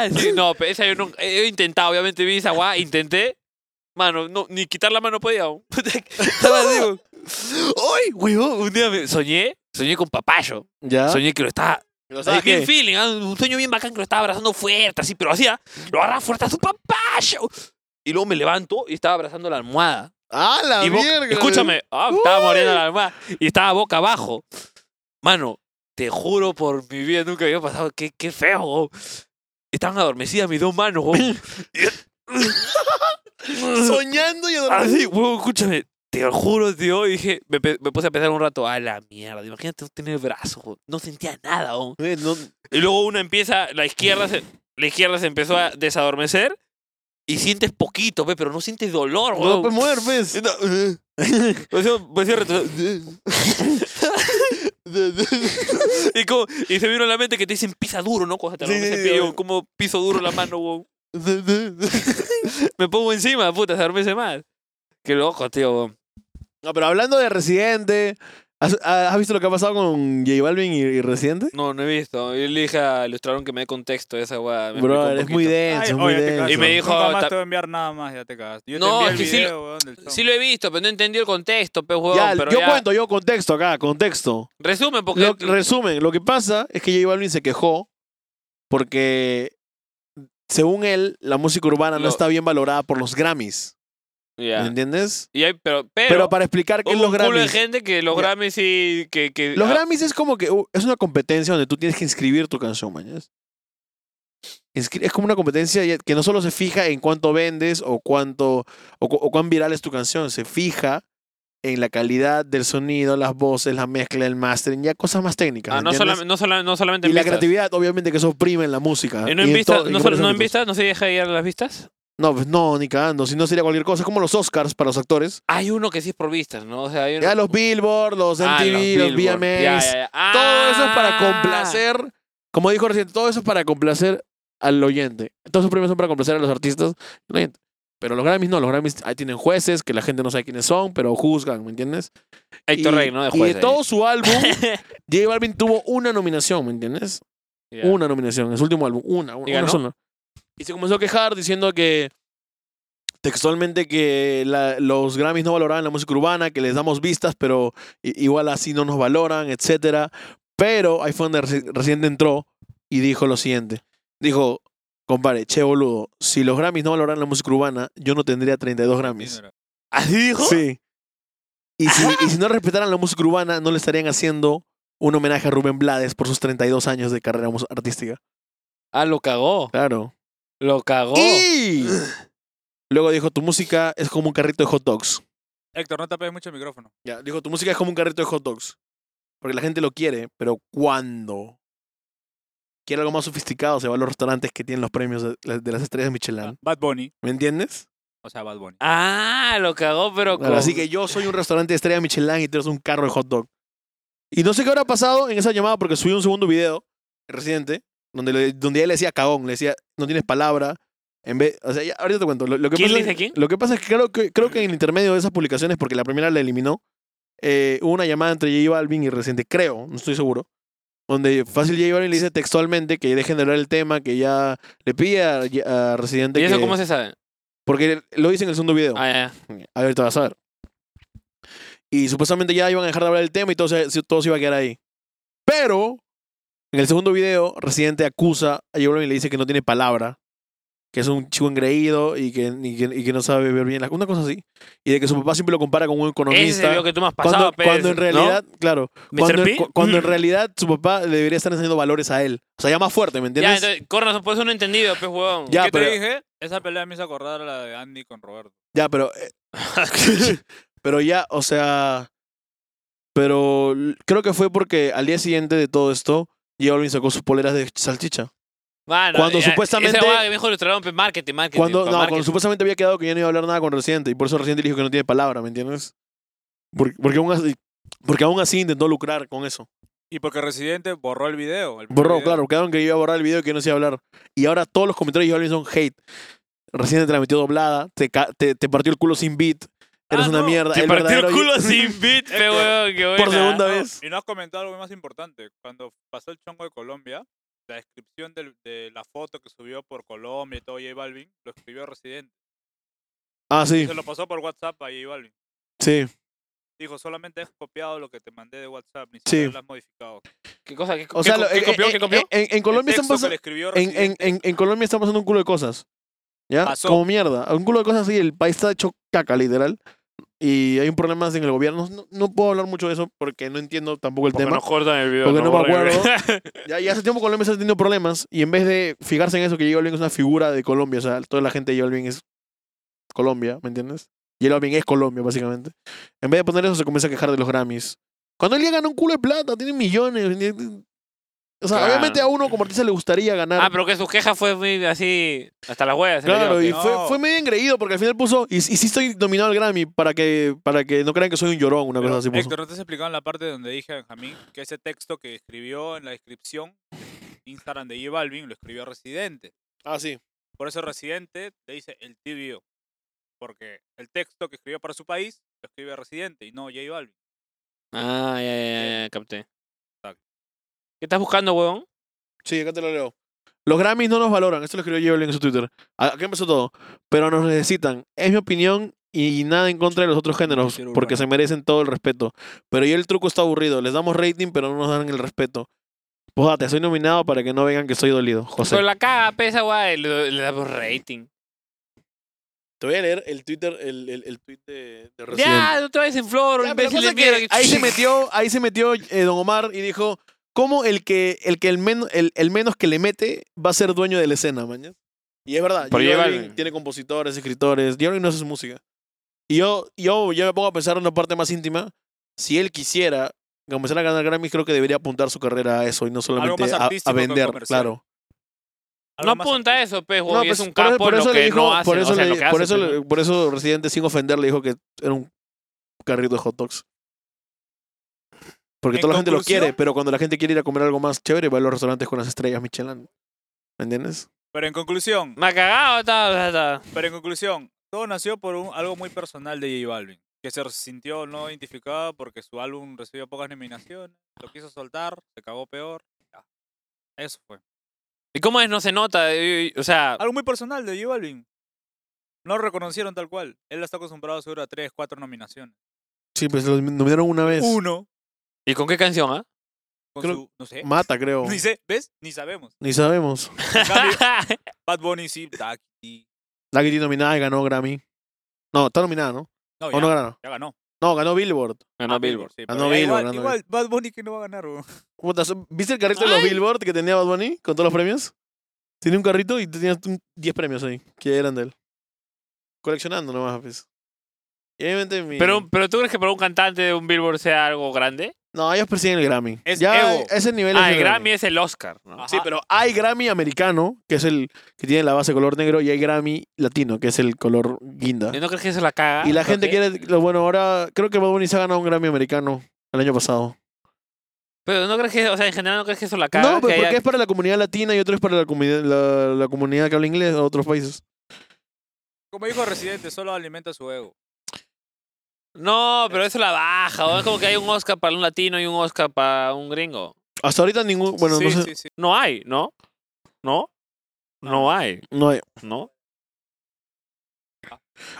persona.
Ah, sí, no, pero esa yo nunca. He intentado, obviamente vi esa guá, intenté. Mano, no, ni quitar la mano podía. weón. Puta, Estaba así, weón.
¡Ay, huevón!
Un día me- soñé, soñé con papayo.
¿Ya?
Soñé que lo estaba
¿Lo
Ay,
sabes
bien
Ah. qué?
feeling, ah, un sueño bien bacán que lo estaba abrazando fuerte, así, pero hacía, lo agarraba fuerte a su papá. show. Y luego me levanto y estaba abrazando la almohada.
¡Ah, la
y bo-
mierda!
Escúchame, ah, estaba muriendo la almohada y estaba boca abajo. Mano, te juro por mi vida, nunca había pasado, qué, qué feo. weón. Estaban adormecidas mis dos manos. weón.
Soñando y adormecido.
así, weón, escúchame, te juro, tío, y dije, me, pe- me puse a pensar un rato, a la mierda, imagínate no tener brazos, weón. no sentía nada. weón.
Eh, no-
Y luego una empieza, la izquierda se, la izquierda se empezó a desadormecer y sientes poquito, pe, pero no sientes dolor,
No
weón.
puedes mover, pues.
Pues yo- pues yo retroced- y, como- y se vino a la mente que te dicen pisa duro, ¿no? Cuando te
Sí, sí,
adormece,
sí,
pe, yo
weón.
como piso duro la mano, weón. Me pongo encima, puta, se adormece más. Qué loco, tío, weón.
No, pero hablando de Residente, ¿has, has visto lo que ha pasado con J Balvin y, y Residente?
No, no he visto. Yo le dije a Ilustraron que me dé contexto esa weá. me explicó
Bro,
un
es
poquito.
muy
Ay,
denso, es muy
oye, te
denso.
cagaste.
Y me dijo,
Nunca más
ta-
te voy a enviar nada más, ya te cagaste. Yo
No,
te
es
envié
que
el
sí lo-
video, weón, del
Sí
chongo.
lo he visto, pero no entendí el contexto, pe, weón.
Ya,
pero
yo
ya-
cuento, yo contexto acá, contexto.
Resumen, porque
Lo- resumen, lo que pasa es que J Balvin se quejó porque, según él, la música urbana no
Lo-
está bien valorada por los Grammys.
Ya.
¿Me entiendes?
Y hay, pero, pero,
Pero para explicar qué es
hubo
los
un culo de
Grammys.
gente que los
Ya.
Grammys sí que, que
Los
ah,
Grammys es como que uh, es una competencia donde tú tienes que inscribir tu canción, mañas. Inscri- Es como una competencia ya- que no solo se fija en cuánto vendes o cuánto o, cu- o cuán viral es tu canción, se fija en la calidad del sonido, las voces, la mezcla, el mastering, ya cosas más técnicas.
ah, no,
¿entiendes?
solam- no, solam- no solamente
y
en
la
vistas.
creatividad, obviamente, que eso prima en la música.
Y no en
y
vistas,
todo- y
no, solo-
comportamientos.
no en vistas, no se deja ir a las vistas.
No, pues no, ni cagando. Si no sería cualquier cosa. Es como los Oscars para los actores.
Hay uno que sí es por vistas, ¿no? O sea, hay uno-
Ya los Billboard, los MTV,
Ah, Billboard.
los, VMAs.
Ya, ya, ya. Ah,
Todo eso es para complacer, como dijo recién, todo eso es para complacer al oyente. Todos esos premios son para complacer a los artistas y al oyente. Pero los Grammys no, los Grammys ahí tienen jueces que la gente no sabe quiénes son, pero juzgan, ¿me entiendes?
Héctor
Y-
Rey, ¿no? De
y
juez. ahí.
todo su álbum, J Balvin tuvo una nominación, ¿me entiendes?
Ya.
Una nominación en su último álbum, una, una,
¿Y
una
ganó?
sola. Y se comenzó a quejar diciendo que textualmente que la- los Grammys no valoraban la música urbana, que les damos vistas, pero i- igual así no nos valoran, etcétera. Pero ahí fue donde reci- recién entró y dijo lo siguiente. Dijo, compadre, che boludo, si los Grammys no valoraran la música urbana, yo no tendría 32 Grammys.
¿Así dijo?
Sí. Ah. Y si, y si no respetaran la música urbana, no le estarían haciendo un homenaje a Rubén Blades por sus 32 años de carrera mus- artística.
Ah, lo cagó.
Claro.
Lo cagó.
Y luego dijo, tu música es como un carrito de hot dogs.
Héctor, no te apagues mucho el micrófono.
Ya, dijo, tu música es como un carrito de hot dogs. Porque la gente lo quiere, pero cuando quiere algo más sofisticado, se va a los restaurantes que tienen los premios de, de las estrellas Michelin.
Ah, Bad Bunny.
¿Me entiendes?
O sea, Bad Bunny.
Ah, lo cagó, pero con...
Claro, así que yo soy un restaurante de estrellas Michelin y tú eres un carro de hot dog. Y no sé qué habrá pasado en esa llamada porque subí un segundo video reciente donde, le- donde él le decía cagón, le decía, no tienes palabra. En vez, o sea, ya- ahorita te cuento. Lo, lo que
¿Quién
pasa
le
es-
dice quién?
Lo que pasa es que creo que, creo que en el intermedio de esas publicaciones, porque la primera la eliminó, eh, hubo una llamada entre J Balvin y reciente, creo, no estoy seguro, donde fácil J Balvin le dice textualmente que dejen de hablar el tema, que ya le pide a, a Residente
¿Y eso
que-
cómo se sabe?
Porque lo dice en el segundo video.
Ah, ya.
A ver, te vas a ver. Y supuestamente ya iban a dejar de hablar del tema y todo se, todo se iba a quedar ahí. Pero, en el segundo video, Residente acusa a J Balvin y le dice que no tiene palabra, que es un chico engreído y que, y que, y que no sabe ver bien las Una cosa así. Y de que su papá siempre lo compara con un
Ese es el
economista.
video que tú me has pasado,
cuando,
pe,
cuando en
¿no?
realidad, claro,
¿Mr.
cuando,
P?
cu- cuando en realidad su papá le debería estar enseñando valores a él. O sea, ya más fuerte, ¿me
Ya,
entiendes?
entonces, con razón, pues uno entendido, pues, huevón.
Ya,
¿Qué
pero-
te dije? Esa pelea me hizo acordar a la de Andy con Roberto.
Ya, pero. eh, pero ya, o sea. Pero l- creo que fue porque al día siguiente de todo esto, J Balvin sacó sus poleras de salchicha.
Mano,
Cuando
esa
supuestamente-
hueá que me dijo el otro lado, marketing, marketing.
Cuando,
pa'
no,
marketing.
cuando supuestamente había quedado que ya no iba a hablar nada con Residente. Y por eso Residente le dijo que no tiene palabra, ¿me entiendes? Porque, porque, aún, así, porque aún así intentó lucrar con eso.
Y porque Residente borró el video. el primer
Borró,
video.
claro, quedaron que iba a borrar el video y que no se iba a hablar. Y ahora todos los comentarios de J Balvin son hate. Residente te la metió doblada, te, ca- te, te partió el culo sin beat. Eres
Ah,
una
no,
mierda.
Te
el
partió el
verdadero-
culo sin beat, pe huevón, qué buena.
Por segunda
No,
vez.
Y no has comentado algo más importante. Cuando pasó el chongo de Colombia, la descripción del- de la foto que subió por Colombia y todo J Balvin, lo escribió Residente.
Ah, sí,
Se lo pasó por WhatsApp a J Balvin.
sí.
Dijo, solamente has copiado lo que te mandé de WhatsApp, ni
Sí.
siquiera lo has modificado.
¿Qué cosa? ¿Qué,
O sea,
qué-
lo-
qué
eh,
copió?
eh,
¿Qué copió?
eh, En, en Colombia
el
están
texto que
pasan-
le escribió
en, en-
Residente.
en- en Colombia está pasando un culo de cosas. ¿Ya?
Pasó.
Como mierda. Un culo de cosas así. El país está hecho caca, literal. Y hay un problema en el gobierno. No, no puedo hablar mucho de eso porque no entiendo tampoco el
Porque
tema.
nos cortan el video.
Porque no me
borran el video.
Ya, y hace tiempo Colombia está teniendo problemas. Y en vez de fijarse en eso, que J Balvin es una figura de Colombia. O sea, toda la gente de J Balvin es Colombia, ¿me entiendes? J Balvin es Colombia, básicamente. En vez de poner eso, se comienza a quejar de los Grammys. Cuando él ya ganó un culo de plata, tiene millones. ¿me entiendes? O sea,
Claro.
obviamente a uno como artista le gustaría ganar.
Ah, pero que su queja fue muy así, hasta las huevas. se le
Claro,
dio,
y
ok.
No.
fue, fue medio engreído porque al final puso, y, y sí estoy nominado al Grammy para que, para que no crean que soy un llorón, una
Pero,
cosa así puso.
Héctor, ¿no te has explicado en la parte donde dije a Benjamín que ese texto que escribió en la descripción de Instagram de J Balvin lo escribió Residente?
Ah, sí.
Por eso Residente le dice el tibio. Porque el texto que escribió para su país lo escribe Residente y no J Balvin.
Ah, ya, ya, ya, ya, capté.
Exacto.
¿Qué estás buscando, huevón?
Sí, acá te lo leo. Los Grammys no nos valoran, esto lo escribió J Balvin en su Twitter. A- Acá empezó todo. Pero nos necesitan, es mi opinión y nada en contra de los otros géneros,
Cultura
porque
urbana.
se merecen todo el respeto. Pero ya el truco está aburrido, les damos rating pero no nos dan el respeto. Pódate, soy nominado para que no vean que soy dolido, José.
Pero la caga, pesa, guay, le, le damos rating.
Te voy a leer el Twitter, el, el, el tweet de, de
Ya, no te vayas en flor, un
Ya, pero
imbécil
cosa
de
que
mierda. que-
ahí se metió, ahí se metió eh, Don Omar y dijo, ¿cómo el que el que el menos el, el menos que le mete va a ser dueño de la escena, mañana? Y es verdad,
Pero
J
J
Balvin
Balvin.
tiene compositores, escritores, J Balvin no hace música. Y yo, yo, yo me pongo a pensar en una parte más íntima, si él quisiera comenzar a ganar Grammys, creo que debería apuntar su carrera a eso y no solamente
más
a- a,
artístico que
vender,
comercial.
claro.
No apunta a eso, pejo.
No,
y es
pues,
un
por-
capo
por
en
eso
lo
le
que
dijo-
no hace.
por eso
o sea, en
le-
lo que
por
hace,
eso
pues,
le-
¿no?
por eso Residente sin ofender le dijo que era un carrito de hot dogs. Porque
En
toda la gente lo
conclusión-
quiere, pero cuando la gente quiere ir a comer algo más chévere, va a los restaurantes con las estrellas Michelin. ¿Me entiendes?
Pero en conclusión,
Me ha cagado, está, está, está.
pero en conclusión, todo nació por un- algo muy personal de J Balvin. Que se sintió no identificado porque su álbum recibió pocas nominaciones, lo quiso soltar, se cagó peor. ya. Eso fue.
¿Y cómo es? No se nota. y- y- O sea,
Ah,
Algo muy personal de J Balvin. No lo reconocieron tal cual. Él está acostumbrado seguro a tres, cuatro nominaciones.
Sí, pues los nominaron una vez.
Uno,
¿y con qué canción, ah?
con
Creo-
su, no sé,
Mata, creo.
ni sé, ¿ves? Ni sabemos.
Ni sabemos.
En cambio,
Ah,
Bad Bunny sí, Taki.
La que tiene nominada y ganó Grammy. No, está nominada, ¿no?
No, ya,
¿O no ganó?
ya ganó.
No, ganó Billboard.
Ganó
Ah,
Billboard.
sí,
Ganó
pero ya
Billboard,
Igual,
ganó
igual Bad Bunny que no va a ganar, weón.
Puta, ¿so- ¿Viste el carrito de los
Ay.
Billboard que tenía Bad Bunny con todos los premios? Tenía un carrito y tenía un- 10 premios ahí, que eran de él. Coleccionando nomás, pues. Y obviamente mi...
Pero, pero tú crees que para un cantante de un Billboard sea algo grande?
No, ellos persiguen el Grammy.
Es
ya
ego.
ese nivel
Ah,
es
el
Ah,
Grammy es el Oscar. ¿no?
Ajá.
Sí, pero hay Grammy americano, que es el que tiene la base color negro, y hay Grammy latino, que es el color guinda.
¿Y no crees que eso la caga?
Y la gente
ah, Ok.
quiere... lo Bueno, ahora creo que Bad Bunny se ha ganado un Grammy americano el año pasado.
Pero no crees que, o sea, en general no crees que eso la caga.
No, pues,
que
pero
haya-
porque es para la comunidad latina y otro es para la, comuni- la, la comunidad que habla inglés de otros países.
Como dijo Residente, solo alimenta su ego.
No, pero eso la baja. ¿no? Es como que hay un Oscar para un latino y un Oscar para un gringo.
Hasta ahorita ningún. Bueno,
sí,
no sé.
sí, sí.
No hay, ¿no? ¿No? No hay,
No hay.
¿no?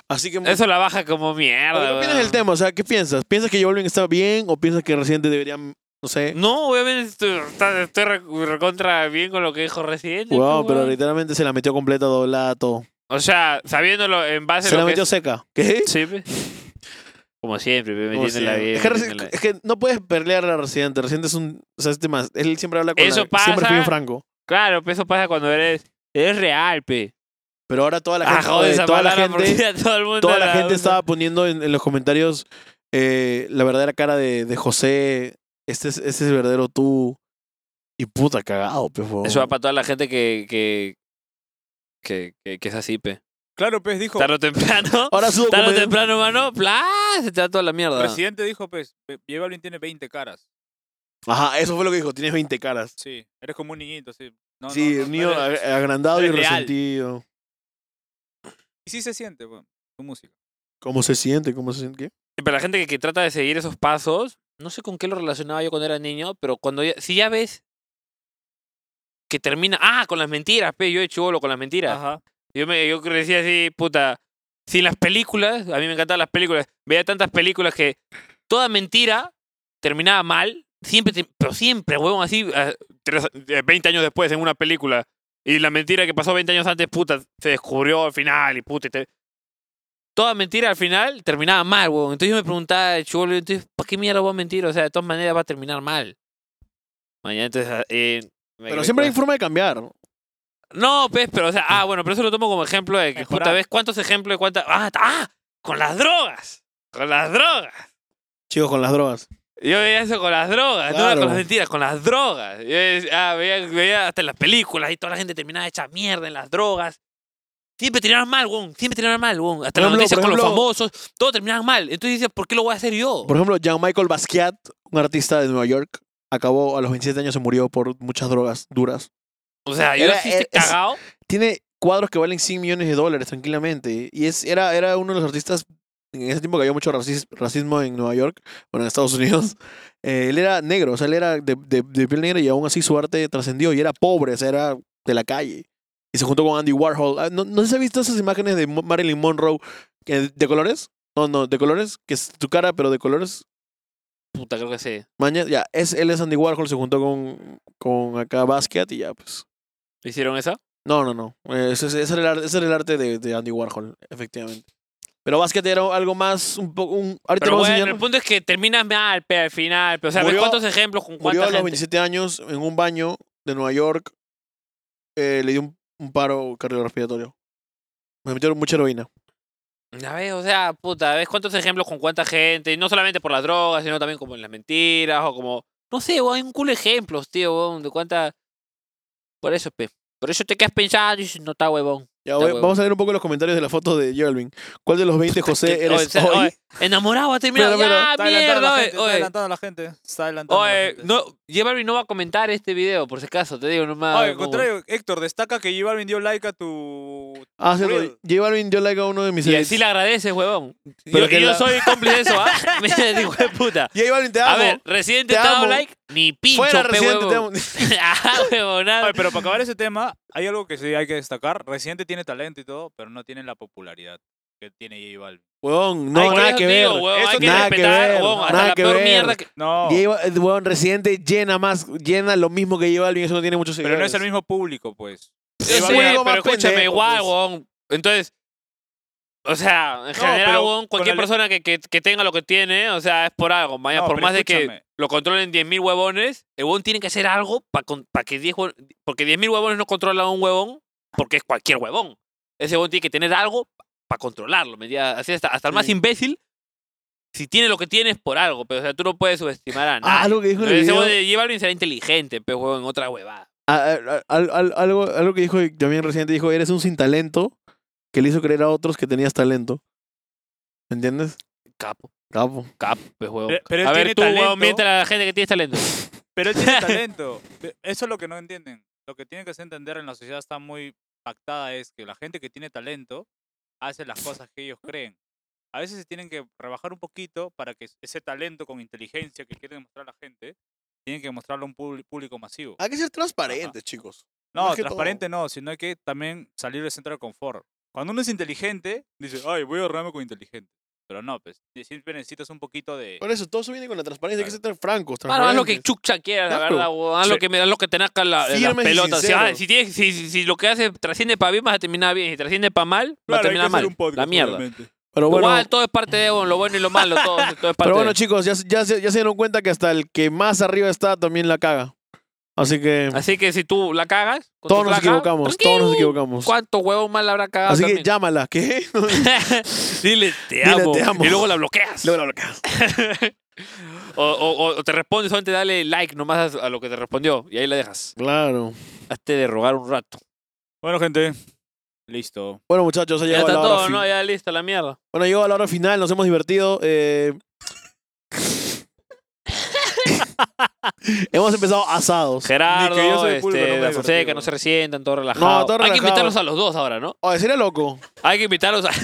Así que.
Eso la baja como
Pero,
mierda.
¿Qué opinas del
weón.
tema? O sea, ¿qué piensas? ¿Piensas que J Balvin está bien o piensas que reciente debería. No sé.
No, obviamente estoy, está- estoy re- recontra bien con lo que dijo Residente.
Wow,
pues,
pero
weón.
literalmente se la metió completa, doblada, todo.
O sea, sabiéndolo en base
Se
a
la
lo que
metió
es-
seca. ¿Qué?
Sí, pues. Como siempre, me
Como
metiendo en la
si-
vida.
es, que,
metiendo
Reci-
en la-
es que no puedes pelear a Residente. Residente es un. O sea, este más. Él siempre habla con.
Eso
la- Siempre fui
pasa.
franco.
Claro, pues eso pasa cuando eres, eres real, pe.
Pero ahora toda la
Ah,
gente.
joder,
oye,
esa
toda la
palabra, porque
gente.
ya todo el mundo
Toda la
la
gente
usa.
estaba poniendo en, en los comentarios. eh, la verdadera cara de, de José, este es, este es el verdadero tú. Y puta, cagado, pe, huevón.
Eso va para toda la gente que, que, que, que, que es así, pe.
Claro, pues dijo.
Tarde o temprano.
Ahora su
Tarde o
documental-
temprano, mano. ¡Pla! Se te da toda la mierda.
El presidente dijo, pues, J Balvin tiene 20 caras.
Ajá, eso fue lo que dijo, tienes 20 caras.
Sí, eres como un niñito, sí. No,
sí,
no, no,
el
no
niño
eres-
ag- agrandado
no
y
eres real.
resentido.
Y sí se siente, bueno, tu música.
¿Cómo se siente? ¿Cómo se siente? ¿Qué?
Para la gente que, que trata de seguir esos pasos, no sé con qué lo relacionaba yo cuando era niño, pero cuando ya- si ya ves que termina. ¡Ah! Con las mentiras, pe. Yo he chivolo con las mentiras.
Ajá.
Yo me yo decía así, puta, sin las películas, a mí me encantaban las películas, veía tantas películas que toda mentira terminaba mal, siempre, te- pero siempre, huevón, así, ah, tres- eh, 20 años después en una película, y la mentira que pasó 20 años antes, puta, se descubrió al final, y puta, y te- toda mentira al final terminaba mal, huevón. Entonces yo me preguntaba, chulo, entonces, ¿para qué mierda voy a mentir? O sea, de todas maneras va a terminar mal. Mañana, entonces, ah, eh, me-
Pero siempre hay forma de cambiar.
no, pues, pero, o sea, ah, bueno, pero eso lo tomo como ejemplo de que,
Mejorar.
puta, ¿ves cuántos ejemplos de cuántas. ¡Ah! t- ¡Ah! ¡Con las drogas! ¡Con las drogas!
Chicos, con las drogas.
Yo veía eso con las drogas, no era
Claro.
con las mentiras, con las drogas. Yo decía, ah, veía, veía hasta en las películas y toda la gente terminaba hecha mierda en las drogas. Siempre terminaban mal, weón. Siempre terminaban mal, weón. Hasta
Por
las
ejemplo,
noticias
por
con los
ejemplo-
famosos, todo terminaban mal. Entonces dices, ¿por qué lo voy a hacer yo?
Por ejemplo, Jean-Michael Basquiat, un artista de Nueva York, acabó a los 27 años, se murió por muchas drogas duras.
O sea, yo
Era- e-,
así estoy
es-
cagado.
Tiene cuadros que valen 100 millones de dólares tranquilamente. Y es, era, era uno de los artistas, en ese tiempo que había mucho racis- racismo en Nueva York, bueno, en Estados Unidos. Eh, él era negro, o sea, él era de, de- de piel negra y aún así su arte trascendió y era pobre, o sea, era de la calle. Y se juntó con Andy Warhol. Ah, ¿No, no se han visto esas imágenes de Mo- Marilyn Monroe eh, de colores? No, no, de colores, que es tu cara, pero de colores.
Puta, creo que sí.
Maña, ya, es, él es Andy Warhol, se juntó con, con acá Basquiat y ya, pues.
¿Hicieron eso?
No, no, no. eh, Ese, ese- ese era, el, ar- ese era el arte de, de Andy Warhol, efectivamente. Pero Basquiat era algo más, un poco, un... Ahorita
Pero
vamos a
bueno, el
enseñar-
punto es que terminas mal, pe, al final. Pero, o sea, ¿ves
Murió-
cuántos ejemplos con
Murió
cuánta
a los
gente?
27 años en un baño de Nueva York. eh, le dio un, un paro cardiorrespiratorio. Me metieron mucha heroína.
Ya ves, o sea, puta, ¿ves cuántos ejemplos con cuánta gente? Y no solamente por las drogas, sino también como en las mentiras o como... No sé, weón, hay un culo de ejemplos, tío, weón, de cuánta... Por eso, pe. Por eso te quedas pensando y dices, no está, huevón.
Ya,
Está
voy-
huevo.
vamos a leer un poco los comentarios de la foto de Geraldine. ¿Cuál de los 20 José
Que- oye,
eres
o sea,
hoy?
oye, enamorado, ha terminado.
Mira,
¡Ya,
mira,
Está adelantando
mierda,
la
oye,
gente, está
oye!
adelantando la gente. Está adelantando la
Oye,
gente.
no, J Balvin no va a comentar este video, por si acaso, te digo nomás.
Oye, al
Ah, como-
contrario, Héctor, destaca que J Balvin dio like a tu...
Ah,
Real.
cierto. J Balvin dio like a uno de mis...
Y
edits.
así le agradeces, huevón.
Pero
yo
que
yo
la-
soy cómplice de eso, ¿ah? Me digo, de puta.
J Balvin, te
A
amo.
ver, Residente
te
te ha dado
amo.
like, ni pincho,
Fuera,
pe,
Residente, te
huevón.
amo.
ah, huevonada.
Oye, pero para acabar ese tema, hay algo que sí hay que destacar. Reciente tiene talento y todo, pero no tiene la popularidad que tiene J Balvin.
Huevón, no,
Ay, por
nada
eso
que
te
ver.
digo, huevón,
Eso
hay que
nada que
respetar,
ver,
huevón, hasta
nada
la
que
peor
ver.
mierda que...
No,
Lleva- el huevón residente llena más, llena lo mismo que lleva alguien, eso no tiene mucho sentido.
pero no es el mismo público, pues.
Sí,
Es
sí,
algo más
pero escúchame,
pendejo,
igual,
pues.
huevón. Entonces, o sea, en general,
pero
huevón,
con
cualquier
la le-
persona que, que, que tenga lo que tiene, o sea, es por algo. Vaya,
No,
Eh, por
pero
más de que
escúchame,
lo controlen 10.000 huevones, el huevón tiene que hacer algo para que 10 huev- porque 10.000 huevones no controlan a un huevón porque es cualquier huevón. Ese huevón tiene que tener algo para controlarlo. ¿me entiendes? Así hasta, hasta el más
Sí.
imbécil, si tiene lo que tiene es por algo, pero o sea, tú no puedes subestimar a nadie.
Ah, algo que dijo en el
Ese
video,
huevón de J Balvin será inteligente, pero huevón, en otra huevada.
ah, ah, al- al- algo, algo que dijo también reciente, dijo, eres un sin talento que le hizo creer a otros que tenías talento. ¿Me entiendes?
Capo,
Capo.
capo, pues, huevón.
Pero- pero él
a ver,
tiene
tú, huevón,
talento.
miéntale a la gente que tienes talento.
Pero él tiene talento. Pe- Eso es lo que no entienden. Lo que tienen que hacer entender en la sociedad está muy pactada es que la gente que tiene talento hace las cosas que ellos creen. A veces se tienen que rebajar un poquito para que ese talento con inteligencia que quieren mostrar a la gente, tienen que mostrarlo a un publi- público masivo.
Hay que ser transparentes, chicos.
No,
Más que
transparente no, sino hay que también salir del centro de confort. Cuando uno es inteligente, dice, ay, voy a ahorrarme con inteligente. Pero no, pues siempre necesitas un poquito de...
Por eso, todo eso viene con la transparencia, hay que ser tan francos,
Mano, haz lo que
transparentes.
chucha quieras, la
Claro.
verdad, huevón. Haz lo
Sí.
que, me- haz lo que te nazca la, la
Firmes y
pelota. Si,
sinceros.
ah, si, tienes- si, si- si lo que haces trasciende para bien, vas a terminar bien. Si trasciende para mal, va a
Claro, hay que
terminar
hacer
mal.
un podcast,
la mierda.
obviamente.
Pero bueno,
Igual todo es parte de huevón, lo bueno y lo malo, todo, todo es parte
pero bueno
de...
chicos, ya, se- ya, se- ya se dieron cuenta que hasta el que más arriba está también la caga. Así que
Así que si tú la cagas. con tu
todos nos
flaca,
equivocamos, todos nos
tranquilo.
equivocamos.
¿Cuántos huevos más la habrá cagado?
Así que
también?
llámala, ¿qué?
Dile, te
Dile,
amo.
"Te amo".
Y luego la bloqueas.
Luego la bloqueas.
O, o- o te responde, solamente dale like nomás a, a lo que te respondió. Y ahí la dejas.
Claro.
Hazte de rogar un rato.
Bueno, gente. Listo.
Bueno, muchachos, ha
Ya
llegado
está
la hora
todo,
fin-
¿no? Ya listo, la mierda.
Bueno, llegó a la hora final, nos hemos divertido. eh. hemos empezado asados.
Gerardo,
yo soy
este,
pulpo, no me
Da
divertí,
Fonseca,
weón.
no se resientan, todo relajado.
todo
Hay que
relajado.
invitarlos a los dos ahora, ¿no?
Oye, sería loco.
Hay que invitarlos a...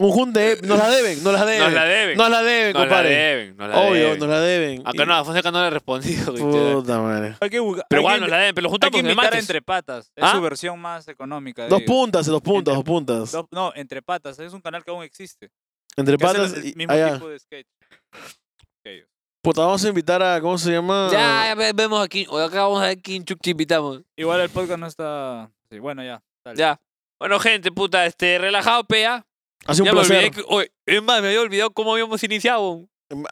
Un junte, eh, nos la deben, nos la deben.
nos la deben.
Nos la deben,
Nos la
compadre.
deben, nos la
Obvio,
deben.
nos la deben.
Acá no, a Fonseca no le he respondido. güey.
Puta madre.
Hay que buscar-
Pero
hay que
igual nos la deben, pero lo
Hay
juntamos
que
en el
invitar a
mates.
Entre Patas. Es
¿Ah?
su versión más económica.
Dos
de-
puntas, eh, dos puntas, dos puntas.
dos- No, Entre Patas. Es un canal que aún existe.
Entre
Que hacen
patas
el
y
mismo
allá.
tipo de sketch. Ok.
Puta, vamos a invitar a. ¿Cómo se llama?
Ah.
Ya, ya ve- vemos aquí. o Acá vamos a ver quién chuchi invitamos.
Igual el podcast no está... Sí, bueno, ya. dale.
Ya. Bueno, gente, puta, este, relajado, pea.
Hace un
ya me olvidé
placer.
que- oye, es más, me había olvidado cómo habíamos iniciado.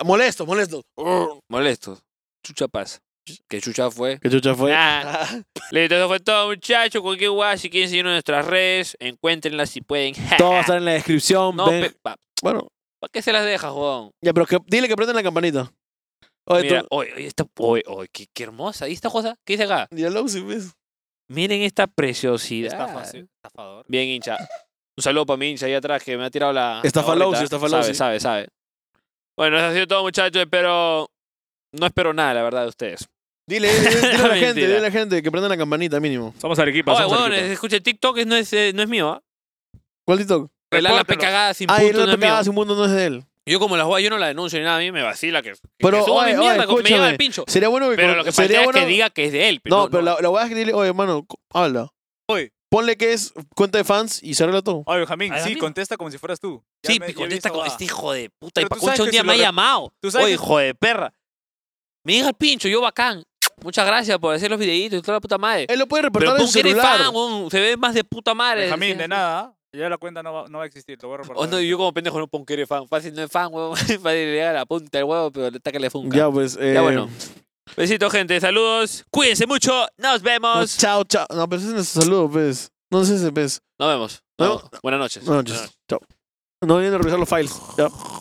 Molestos, molestos.
Molestos. Chucha paz. Que chucha fue.
¿Qué chucha fue?
Ah. Listo, eso fue todo, muchachos. Cualquier guay, si quieren seguirnos en nuestras redes, encuéntrenlas si pueden.
Todo va a estar en la descripción.
No,
ven.
pe- pa-
Bueno,
¿para qué se las dejas, jodón?
ya, pero que, dile que prenden la campanita. Oye,
Mira,
tú-
oye, oye, esta, oye, oye, qué, qué hermosa. ¿Y esta cosa? ¿Qué dice acá?
Dígalo, si ves.
Miren esta preciosidad.
Está fácil. Estafador.
Bien, hincha. Un saludo para mi hincha ahí atrás que me ha tirado la.
Estafalausi,
la boleta.
estafalausi.
Sabe, sabe, sabe. Bueno, eso ha sido todo, muchachos. Espero. No espero nada, la verdad, de ustedes.
Dile, dile, dile a la
Mentira.
gente, dile a la gente que prenden la campanita mínimo.
Somos Arequipa.
Oye,
somos
weón,
Arequipa.
escuche, TikTok es- no es, eh, no es mío, ¿ah?
¿Cuál TikTok?
El ala
Repórtelo.
pecagada sin
Ah, y
punto
el
no es mío.
pegada su mundo no es de él.
Yo, como las guay, yo no la denuncio ni nada, a mí me vacila que. que-
Pero,
que suba mi
oye, oye,
mierda, que me lleva
escúchame.
el pincho.
Sería bueno que.
Pero lo que
sería
falta es que
bueno-
diga que es de él.
No, pero la, la voy a escribirle, oye, hermano, co- habla.
Oye.
Ponle que es cuenta de fans y se arregla todo.
Oye, Benjamín,
¿A la
sí,
mía?
contesta como si fueras tú. Ya
Sí,
me-
me,
ya vi
contesta
esa
con
huevada.
este hijo de puta. Y
Pero tú
Pacucha
sabes
un
que
día
si
me ha
lo rep-
llamado.
tú sabes
Oye,
que-
hijo de perra. Me diga el pincho, yo bacán. Muchas gracias por hacer los videitos y toda la puta madre.
Él lo puede
Pero
reportar en
tú
su
que eres
celular.
fan, weón, se ve más de puta madre.
Benjamín,
Decía.
de nada. ¿eh? Ya la cuenta no va, no va a existir. Lo voy a reportar.
O Oh, no, yo como pendejo no pon que eres fan. Fácil no es fan, weón. Fácil le llega la punta del huevo, pero le ataca le funca.
ya, pues. Eh,
Ya, bueno. Besitos, gente. Saludos. Cuídense mucho. Nos
no,
vemos.
Chao, chao. No, pero ese es nuestro saludo, pues. No sé ese, pues.
Nos vemos.
No.
Nos vemos. Buenas noches.
Buenas noches. Chao. No vienen a revisar los files. Ya.